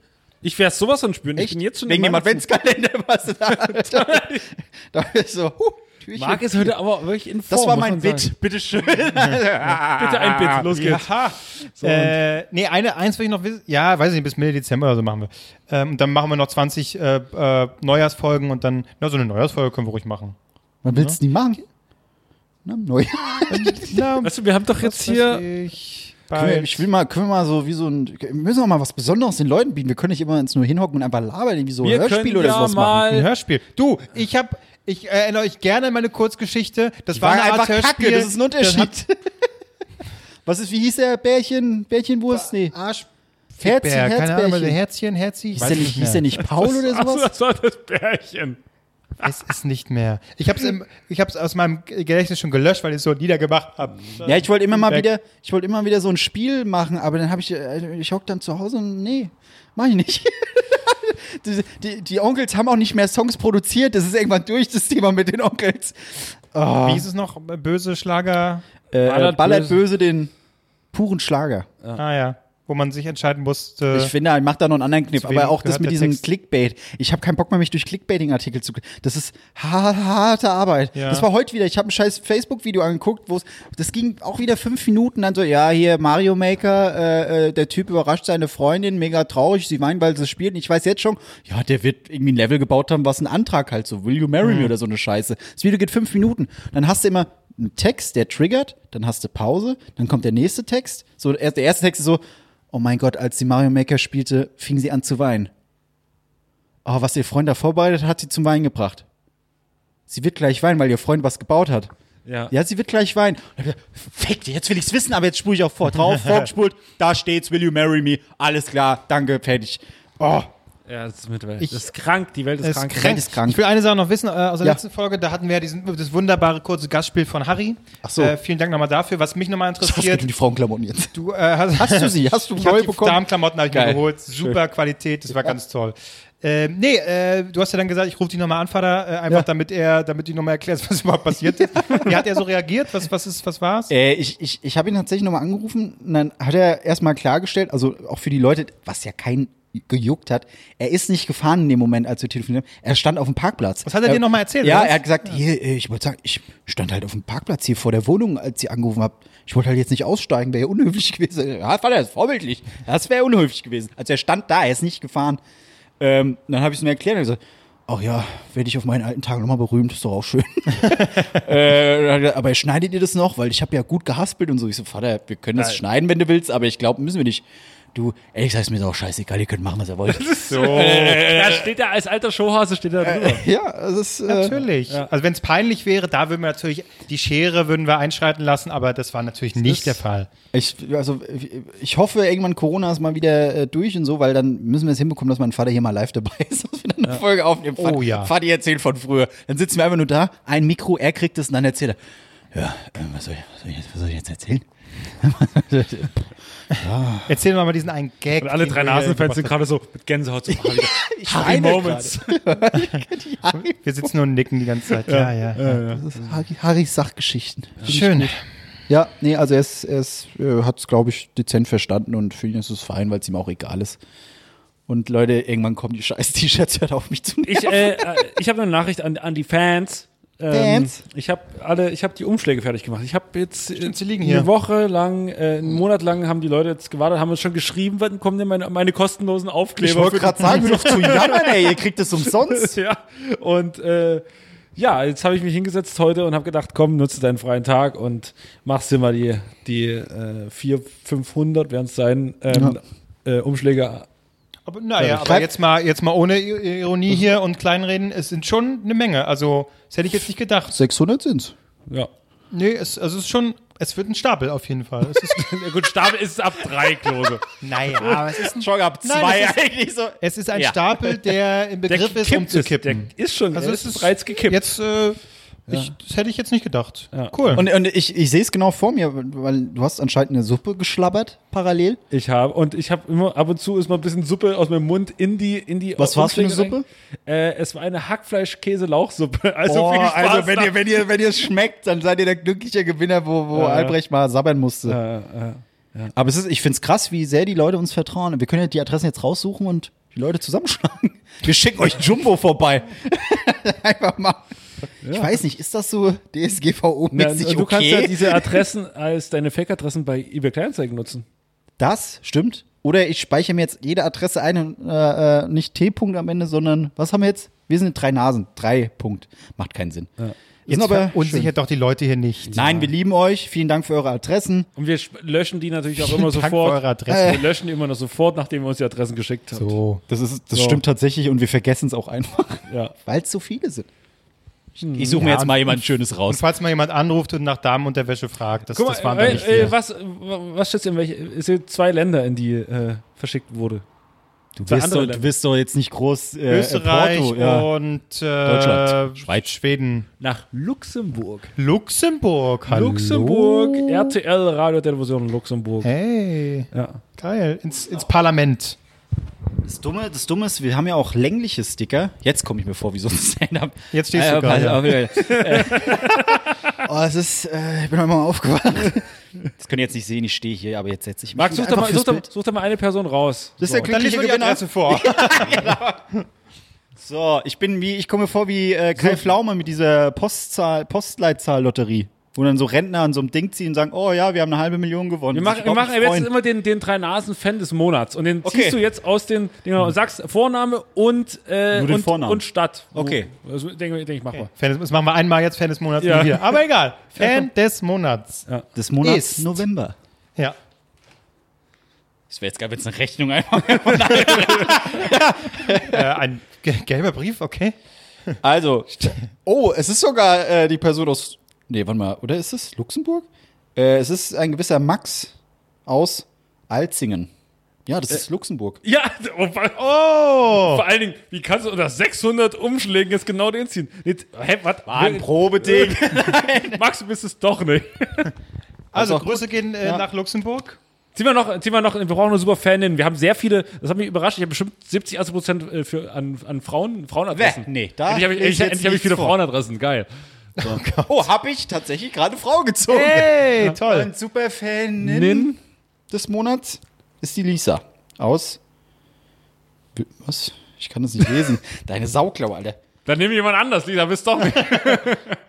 Ich werde sowas von spüren. Ich bin jetzt schon Wegen im dem Weihnachts- Adventskalender was da. Alter. da ist so. Huh, Türchen. Marc ist heute aber wirklich in Form. das war muss mein man sagen. Bit. Bitteschön. Bitte ein Bit, los geht's. Aha. Äh, nee, eine, eins will ich noch wissen. Ja, weiß ich nicht, bis Mitte Dezember oder so machen wir. Ähm, und dann machen wir noch 20 äh, äh, Neujahrsfolgen und dann, na, so eine Neujahrsfolge können wir ruhig machen. Man will's nie machen. Na, neu. Na, Weißt du, wir haben doch jetzt hier. Ich, Können wir, ich will mal, können wir mal so wie so ein, wir müssen auch mal was Besonderes den Leuten bieten. Wir können nicht immer uns nur hinhocken und einfach labern, irgendwie so Wir Hörspiele können oder ja sowas machen. ein mal. Hörspiel. Du, ich hab, ich erinnere euch gerne an meine Kurzgeschichte. Das war, War eine einfach Art Hörspiel. Kacke, das ist ein Unterschied. Was ist, wie hieß der? Bärchen, Bärchenwurst? Nee. Arsch. Herzchen, Bär, keine Ahnung, Herzbärchen. Herzchen, Herzchen. Hieß der nicht, hieß der nicht Paul oder Achso, sowas? das war das Bärchen. Es ist nicht mehr. Ich hab's, im, ich hab's aus meinem Gedächtnis schon gelöscht, weil ich es so niedergemacht habe. Ja, ich wollte immer mal Feedback. wieder, ich wollte immer wieder so ein Spiel machen, aber dann habe ich, äh, ich hock dann zu Hause und nee, mach ich nicht. die, die, die Onkels haben auch nicht mehr Songs produziert, das ist irgendwann durch, das Thema mit den Onkels. Ah. Wie hieß es noch? Böse Schlager. Äh, Ballert ballert, ballert böse. böse den puren Schlager. Ah ja. Wo man sich entscheiden musste. Ich finde, ich mache da noch einen anderen Kniff, Äh, Zu wem aber auch das gehört mit der diesem Text? Clickbait. Ich habe keinen Bock mehr, mich durch Clickbaiting-Artikel zu. Das ist ha- harte Arbeit. Ja. Das war heute wieder. Ich habe ein scheiß Facebook-Video angeguckt, wo es. Das ging auch wieder fünf Minuten. Dann so, ja, hier Mario Maker, äh, äh, der Typ überrascht seine Freundin, mega traurig. Sie weint, weil sie es spielt. Und ich weiß jetzt schon, ja, der wird irgendwie ein Level gebaut haben, was einen Antrag halt so, Will you marry me oder so eine Scheiße. Das Video geht fünf Minuten. Dann hast du immer einen Text, der triggert, dann hast du Pause, dann kommt der nächste Text. So, erst- der erste Text ist so, Oh mein Gott, als sie Mario Maker spielte, fing sie an zu weinen. Oh, was ihr Freund da vorbereitet hat, hat sie zum Wein gebracht. Sie wird gleich weinen, weil ihr Freund was gebaut hat. Ja. Ja, sie wird gleich weinen. Und dann hab ich gesagt, Fick dich, jetzt will ich's wissen, aber jetzt spule ich auch vor. Drauf, vorgespult, da steht's, will you marry me? Alles klar, danke, fertig. Oh, Ja, das ist mittlerweile. Ich- Das ist krank, die Welt ist, Ist krank. krank. ist krank. Ich will eine Sache noch wissen äh, aus der Ja. letzten Folge. Da hatten wir ja diesen, das wunderbare kurze Gastspiel von Harry. Ach so. Äh, vielen Dank nochmal dafür. Was mich nochmal das geht interessiert, um die Frauenklamotten jetzt. du äh, hast, Hast du sie? Hast du ich neu hab die bekommen? Damenklamotten habe ich mir Geil. geholt. Super Qualität, das war ganz toll. Ähm, nee, äh, du hast ja dann gesagt, ich rufe dich nochmal an, Vater, äh, einfach Ja. damit er, damit du nochmal erklärst, was überhaupt passiert ist. Wie hat er so reagiert? Was, was ist, was war's? Äh, ich ich, ich habe ihn tatsächlich nochmal angerufen und dann hat er erstmal klargestellt, also auch für die Leute, was ja kein gejuckt hat, er ist nicht gefahren in dem Moment, als wir telefoniert haben. Er stand auf dem Parkplatz. Was hat er dir noch mal erzählt, Ja, oder was? er hat gesagt, hier, äh, ich wollte sagen, ich stand halt auf dem Parkplatz hier vor der Wohnung, als ihr angerufen habt. Ich wollte halt jetzt nicht aussteigen, wäre ja unhöflich gewesen. Ja, Vater, das ist vorbildlich. Das wäre unhöflich gewesen. Also er stand da, er ist nicht gefahren. Ähm, dann habe ich es mir erklärt und gesagt, ach ja, werde ich auf meinen alten Tagen nochmal berühmt, ist doch auch schön. Äh, dann hat er gesagt, aber schneidet ihr das noch? Weil ich habe ja gut gehaspelt und so. Ich so, Vater, wir können das schneiden, wenn du willst, aber ich glaube, müssen wir nicht. Du, ehrlich gesagt, ist mir doch auch scheißegal, ihr könnt machen, was ihr wollt. Da steht er als alter Showhase, steht er da drüber. ja, das ist. Äh, Natürlich. Also wenn es peinlich wäre, da würden wir natürlich die Schere würden wir einschreiten lassen, aber das war natürlich nicht der Fall. ich, also, ich hoffe, irgendwann Corona ist mal wieder äh, durch und so, weil dann müssen wir es hinbekommen, dass mein Vater hier mal live dabei ist, dass wir dann eine Folge aufnehmen. Oh ja. Vati erzählt von früher. Dann sitzen wir einfach nur da, ein Mikro, er kriegt es und dann erzählt er. Ja, äh, was, soll ich, was, soll ich, jetzt- was soll ich jetzt erzählen? Erzähl mal mal diesen einen Gag. Und alle den drei du äh, hier Nasenfans sind gemacht gerade so mit Gänsehaut so Harry, Harry weine Moments. hast. Wir sitzen nur und nicken die ganze Zeit. Ja, ja. Das ist Harry, Harrys Sachgeschichten. Schön. Ja, nee, also er, ist, er ist, äh, hat es, glaube ich, dezent verstanden und für ihn ist es fein, weil es ihm auch egal ist. Und Leute, irgendwann kommen die scheiß T-Shirts, hört auf mich zu nerven. Ich, äh, äh, ich habe eine Nachricht an, an die Fans. Ähm, Fans? Ich habe alle, ich habe die Umschläge fertig gemacht. Ich habe jetzt äh, Stimmt, sie liegen eine hier. Woche lang, äh, einen Monat lang haben die Leute jetzt gewartet, haben uns schon geschrieben, wann kommen denn meine, meine kostenlosen Aufkleber? für die- sagen, doch zu jammern, ey, ihr kriegt es umsonst. ja. Und äh, ja, jetzt habe ich mich hingesetzt heute und habe gedacht, komm, nutze deinen freien Tag und machst dir mal die, die äh, 400, 500 werden es sein, ähm, äh, Umschläge. Aber, naja, aber schreib- jetzt mal, jetzt mal ohne I- Ironie hier und Kleinreden, es sind schon eine Menge. Also, das hätte ich jetzt nicht gedacht. 600 sind's. Ja. Nee, es, also es ist schon, es wird ein Stapel auf jeden Fall. Es ist, Na Gut, Stapel ist es ab drei, Klose. naja, aber es ist ein, Schon ab Nein, Ah, zwei das ist- eigentlich so. es ist ein Ja. Stapel, der im Begriff ist, um gekippt umzukippen. Ist, der ist schon, also ist es bereits gekippt. Jetzt, äh, ich, das hätte ich jetzt nicht gedacht. Ja. Cool. Und, und ich, ich sehe es genau vor mir, weil du hast anscheinend eine Suppe geschlabbert, parallel. Ich habe und ich habe immer ab und zu ist mal ein bisschen Suppe aus meinem Mund in die in die. Was war's für eine Umschläge rein. Äh, es war eine Hackfleisch-Käse-Lauchsuppe. Also Oh, viel Spaß also wenn da. ihr, wenn, ihr, wenn ihr es schmeckt, dann seid ihr der glückliche Gewinner, wo, wo Ja, ja. Albrecht mal sabbern musste. Äh, Aber es ist, ich finde es krass, wie sehr die Leute uns vertrauen. Wir können ja die Adressen jetzt raussuchen und die Leute zusammenschlagen. Wir schicken euch Jumbo vorbei. Einfach mal. Ich weiß nicht, ist das so Na, du DSGVO-mäßig okay? kannst ja diese Adressen als deine Fake-Adressen bei eBay Kleinanzeigen nutzen. das stimmt. Oder ich speichere mir jetzt jede Adresse ein und äh, äh, nicht T-Punkt am Ende, sondern was haben wir jetzt? Wir sind drei Nasen. Drei Punkt. Macht keinen Sinn. Ist jetzt aber verunsichert doch die Leute hier nicht. Nein, wir lieben euch. Vielen Dank für eure Adressen. Und wir sch- löschen die natürlich auch immer Dank für sofort. eure Adressen. Wir löschen die immer noch sofort, nachdem ihr uns die Adressen geschickt habt. So. Das, ist, das So. stimmt tatsächlich und wir vergessen es auch einfach, Ja. weil es so viele sind. Ich suche mir Ja, jetzt mal jemand Schönes Und raus. falls mal jemand anruft und nach Damenunterwäsche fragt, das, Guck mal, das waren doch äh, nicht äh, wir. was, äh, was schätzt ihr, in welche, es sind zwei Länder, in die äh, verschickt wurde. Du Für bist, andere doch, Länder. du bist doch jetzt nicht groß. Äh, Österreich Porto, ja. und äh, Deutschland, Schweiz. Schweden. Nach Luxemburg. Luxemburg, hallo. Luxemburg, RTL, Radio Television Luxemburg. Hey, Ja. geil. Ins, ins Parlament. Das, Dumme, das Dumme ist, wir haben ja auch längliche Sticker. Jetzt komme ich mir vor, wie so ein Stand-up. Jetzt stehst du pass gerade, ja. auf, äh, äh, oh, es ist, äh, ich bin heute mal aufgewacht. Das könnt ihr jetzt nicht sehen, ich stehe hier, aber jetzt setze ich mich. Max, such doch, einfach mal, fürs such, doch, Bild. such doch mal eine Person raus. Das ist der Dann glückliche lesen wir die Gewinner. Adresse vor. So, ich bin wie, ich komme mir vor wie äh, Kai Pflaume mit dieser Postzahl, Postleitzahl-Lotterie. Wo dann so Rentner an so einem Ding ziehen und sagen, oh ja, wir haben eine halbe Million gewonnen. Wir machen, wir machen jetzt immer den, den Drei-Nasen-Fan des Monats. Und den Okay. ziehst du jetzt aus den Dingern und sagst Vorname und, äh, Nur den und, Vornamen. und Stadt. Wo- Okay. Das denke ich, denke ich machbar. Fan des, das machen wir einmal jetzt Fan des Monats Ja. nie wieder. Aber egal. Fan des Monats. Des Monats Ist. November. Ja. Es wäre jetzt gab jetzt eine Rechnung einfach. Äh, ein ge- gelber Brief, okay. Also, Oh, es ist sogar äh, die Person aus. Nee, warte mal, oder ist es Luxemburg? Äh, es ist ein gewisser Max aus Alzingen. Ja, das ist Luxemburg. Ja, oh, Oh! vor allen Dingen, wie kannst du unter 600 Umschlägen jetzt genau den ziehen? Jetzt, hä, was? war ein Probeding. Max, du bist es doch nicht. Also, auch gut. Grüße gehen äh, Ja. nach Luxemburg. Ziehen wir noch, ziehen wir noch, wir brauchen eine super Fanin. Wir haben sehr viele, das hat mich überrascht, ich habe bestimmt 70, 80 Prozent äh, für, an, an Frauen, Frauenadressen. Bäh, nee, da Endlich habe ich, lese ich jetzt endlich, endlich habe nichts ich viele vor. Frauenadressen, geil. Oh, hab ich tatsächlich gerade Frau gezogen. Hey, toll. Und Superfanin Nin? des Monats ist die Lisa aus. Was? Ich kann das nicht lesen. Deine Sauklaue, Alter. Dann nehme ich jemand anders, Lisa, bist doch nicht.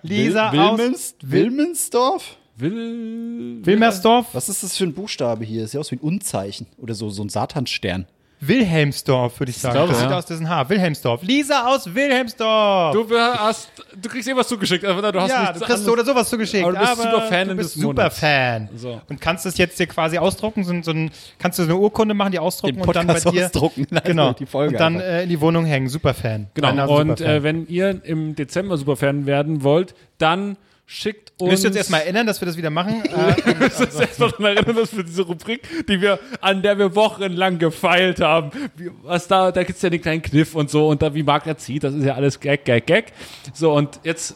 Lisa aus Wilmens, Wilmensdorf? Will, Wilmersdorf, Was ist das für ein Buchstabe hier? Sieht aus wie ein Unzeichen oder so, so ein Satansstern. Wilhelmsdorf, würde ich sagen. glaube, das sieht ja. aus dessen Haar. Wilhelmsdorf. Lisa aus Wilhelmsdorf. Du hast, du kriegst eh was zugeschickt. Also, du hast ja, nichts du kriegst so anderes. oder sowas zugeschickt. Aber du bist Superfanin du bist des Monats. Superfan. So. Und kannst das jetzt dir quasi ausdrucken, so, ein- so ein, kannst du so eine Urkunde machen, die ausdrucken Den und dann bei Podcast dir ausdrucken, also genau, die Folge und dann einfach. äh, in die Wohnung hängen. Superfan. Deiner Genau. Und Superfan. äh, wenn ihr im Dezember Superfan werden wollt, dann schickt uns. Müsst ihr uns erstmal erinnern, dass wir das wieder machen. äh, Müsst ihr uns Also- erstmal daran erinnern, dass wir diese Rubrik, die wir, an der wir wochenlang gefeilt haben, wie- was da, da gibt's ja den kleinen Kniff und so und da, wie Marc erzieht, das ist ja alles Gag, Gag, Gag. So und jetzt,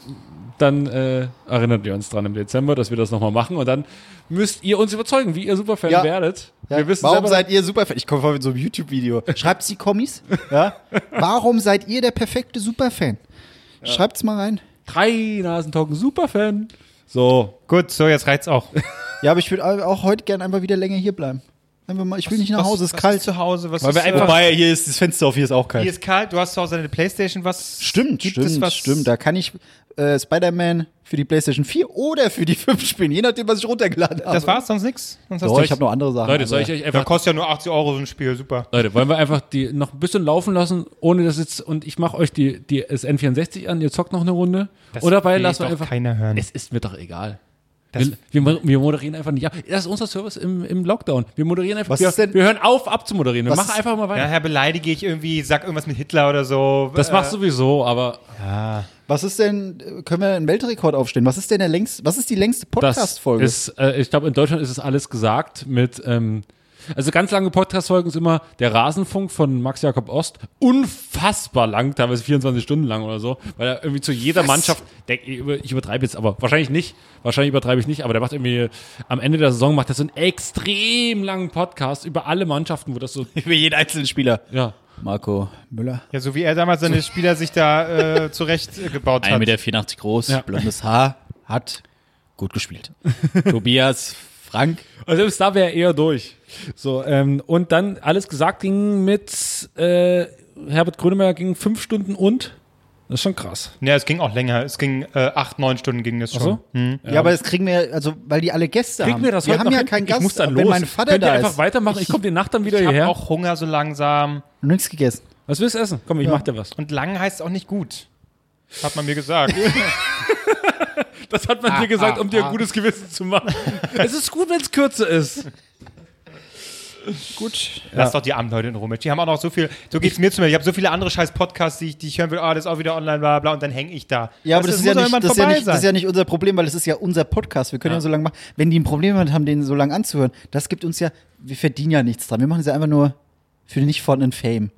dann äh, erinnert ihr uns dran im Dezember, dass wir das nochmal machen und dann müsst ihr uns überzeugen, wie ihr Superfan Ja. werdet. Ja, wir wissen warum selber, seid ihr Superfan? Ich komme vor mit so einem YouTube-Video. Schreibt's die Kommis? Ja. Warum seid ihr der perfekte Superfan? Schreibt's mal rein. drei Nasentalken Superfan. So, gut, so jetzt reicht's auch. Ja, aber ich würde auch heute gerne einfach wieder länger hier bleiben. Einfach mal, ich will nicht nach Hause, es ist kalt. zu Hause. Was Weil wir ist, einfach- äh, Wobei, hier ist das Fenster auf, hier ist auch kalt. hier ist kalt, du hast zu Hause eine Playstation, was stimmt, gibt stimmt, es was? stimmt. Da kann ich äh, Spider-Man für die PlayStation 4 oder für die 5 spielen, je nachdem, was ich runtergeladen habe. Das war's, sonst nix? Sonst hast Doch, du- ich habe noch andere Sachen. Leute, aber- soll ich euch Da einfach kostet ja nur 80 Euro so ein Spiel, super. Leute, wollen wir einfach die noch ein bisschen laufen lassen, ohne dass jetzt und ich mache euch die, die das N64 an, ihr zockt noch eine Runde Das oder bei will lassen wir doch einfach keiner hören. Es ist mir doch egal. Das- Wir, wir, mo- wir moderieren einfach nicht ab. Das ist unser Service im, im Lockdown. Wir moderieren einfach. Was wir, ist denn- wir hören auf abzumoderieren. Wir Was machen ist- einfach mal weiter. Nachher beleidige ich irgendwie, sag irgendwas mit Hitler oder so. das äh, machst du sowieso, aber Was ist denn, äh, können wir einen Weltrekord aufstellen? Was ist denn der längst, was ist die längste das Podcast-Folge? ist, äh, ich glaube, in Deutschland ist es alles gesagt mit, ähm, also ganz lange Podcast-Folgen ist immer der Rasenfunk von Max Jakob Ost. Unfassbar lang, teilweise 24 Stunden lang oder so, weil er irgendwie zu jeder Mannschaft, der, ich über- ich übertreibe jetzt aber, wahrscheinlich nicht, wahrscheinlich übertreibe ich nicht, aber der macht irgendwie, am Ende der Saison macht er so einen extrem langen Podcast über alle Mannschaften, wo das so, Über jeden einzelnen Spieler. ja. Marco Müller. Äh, Ja, so wie er damals seine Spieler sich da äh, zurechtgebaut hat. 1,84 Meter groß, Ja. blondes Haar, Hat gut gespielt. Tobias, Frank. Also selbst da wäre er eher durch. So, ähm, und dann alles gesagt ging mit äh, Herbert Grönemeyer ging fünf Stunden und. Das ist schon krass. Ja, es ging auch länger. Es ging äh, acht, neun Stunden ging das schon. so? Hm. Ja, aber das kriegen wir, also, weil die alle Gäste Kriegen haben. wir das wir heute haben noch ja hin? keinen Gast, Ich muss dann aber los. wenn mein Vater Könnt ihr da einfach ist. weitermachen? Ich komme die Nacht dann wieder Ich habe hierher. auch Hunger so langsam. Nichts gegessen. Was willst du essen? Komm, ich mach dir was. Und lang heißt auch nicht gut. Hat man mir gesagt. Das hat man dir gesagt, um dir ein gutes Gewissen zu machen. es ist gut, wenn es kürzer ist. Gut. Lass doch die armen Leute in Ruhe. Mensch. Die haben auch noch so viel. So geht's mir zu mir. Ich habe so viele andere scheiß Podcasts, die ich, die ich hören will. Ah, das ist auch wieder online, bla, bla. Und dann hänge ich da. Ja, aber das, ist, muss ja doch nicht, jemand das, ist ja vorbei nicht, das ist sein. ja nicht unser Problem, weil es ist ja unser Podcast. Wir können ja, so lange machen. Wenn die ein Problem damit haben, den so lange anzuhören, das gibt uns ja, wir verdienen ja nichts dran. Wir machen es ja einfach nur für den nicht vorhandenen Fame.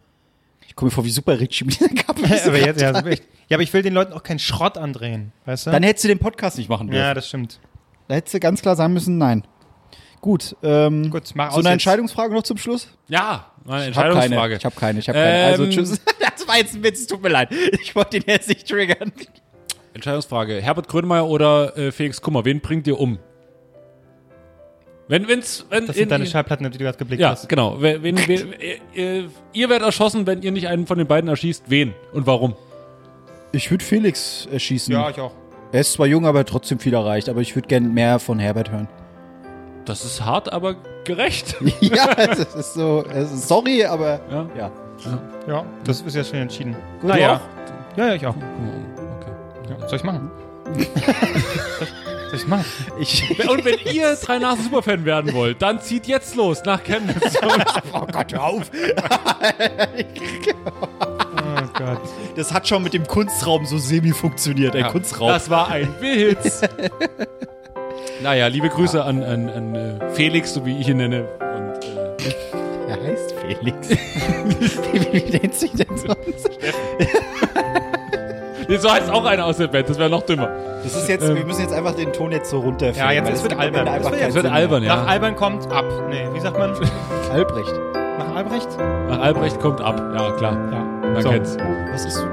Ich komme mir vor, wie super Richie mit dieser Kappe. ist. aber jetzt, ja, so echt. ja, aber ich will den Leuten auch keinen Schrott andrehen. Weißt du? Dann hättest du den Podcast nicht machen dürfen. ja, das stimmt. Da hättest du ganz klar sagen müssen, nein. Gut, ähm, Gut, mach aus so eine jetzt. Entscheidungsfrage noch zum Schluss? Ja, meine Ich hab keine, Entscheidungsfrage. ich habe keine, ich habe keine. also Ähm, tschüss. Das war jetzt ein Witz, es tut mir leid. Ich wollte den jetzt nicht triggern. Entscheidungsfrage. Herbert Grönemeyer oder äh, Felix Kummer, wen bringt ihr um? Wenn, wenn's, wenn Das sind in- deine Schallplatten, auf die du gerade geblickt Ja, hast. genau. Wen, wen, wen, äh, ihr werdet erschossen, wenn ihr nicht einen von den beiden erschießt. Wen und warum? Ich würde Felix erschießen. Ja, ich auch. Er ist zwar jung, aber trotzdem viel erreicht. Aber ich würde gerne mehr von Herbert hören. Das ist hart, aber gerecht. ja, es ist so. Es ist sorry, aber Ja. ja. Ja, das ist ja schon entschieden. Gut, Na du ja. Ja, ja, ich auch. Okay. Ja, soll ich machen? Soll ich machen? Ich, Und wenn ihr drei Nasen Superfan werden wollt, dann zieht jetzt los nach Chemnitz. oh Gott, hör auf. Oh Gott. Das hat schon mit dem Kunstraum so semi funktioniert. Ein Kunstraum. Das war ein Witz. naja, liebe Grüße an, an, an äh, Felix, so wie ich ihn nenne. Und, äh, Er heißt Felix. wie, wie nennt sich denn sonst? nee, äh, so heißt auch einer aus der Band, das wäre noch dümmer. Das ist jetzt, wir müssen jetzt einfach den Ton jetzt so runterführen. Ja, jetzt weil ist es mit gibt am Ende Albert. einfach Das keinen wird Das wird Sinn albern, Nach ja. Albern kommt ab. Nee, wie sagt man? mehr. Albrecht. Nach Albrecht? Nach Albrecht kommt ab, ja klar. Ja. Man so. kennt's. Was ist so? So,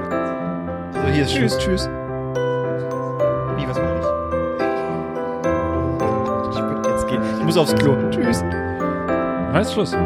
hier ist Tschüss, tschüss. Wie, was war ich? Ich bin jetzt gehen. Ich muss aufs Klo. Tschüss. Weiß Schluss.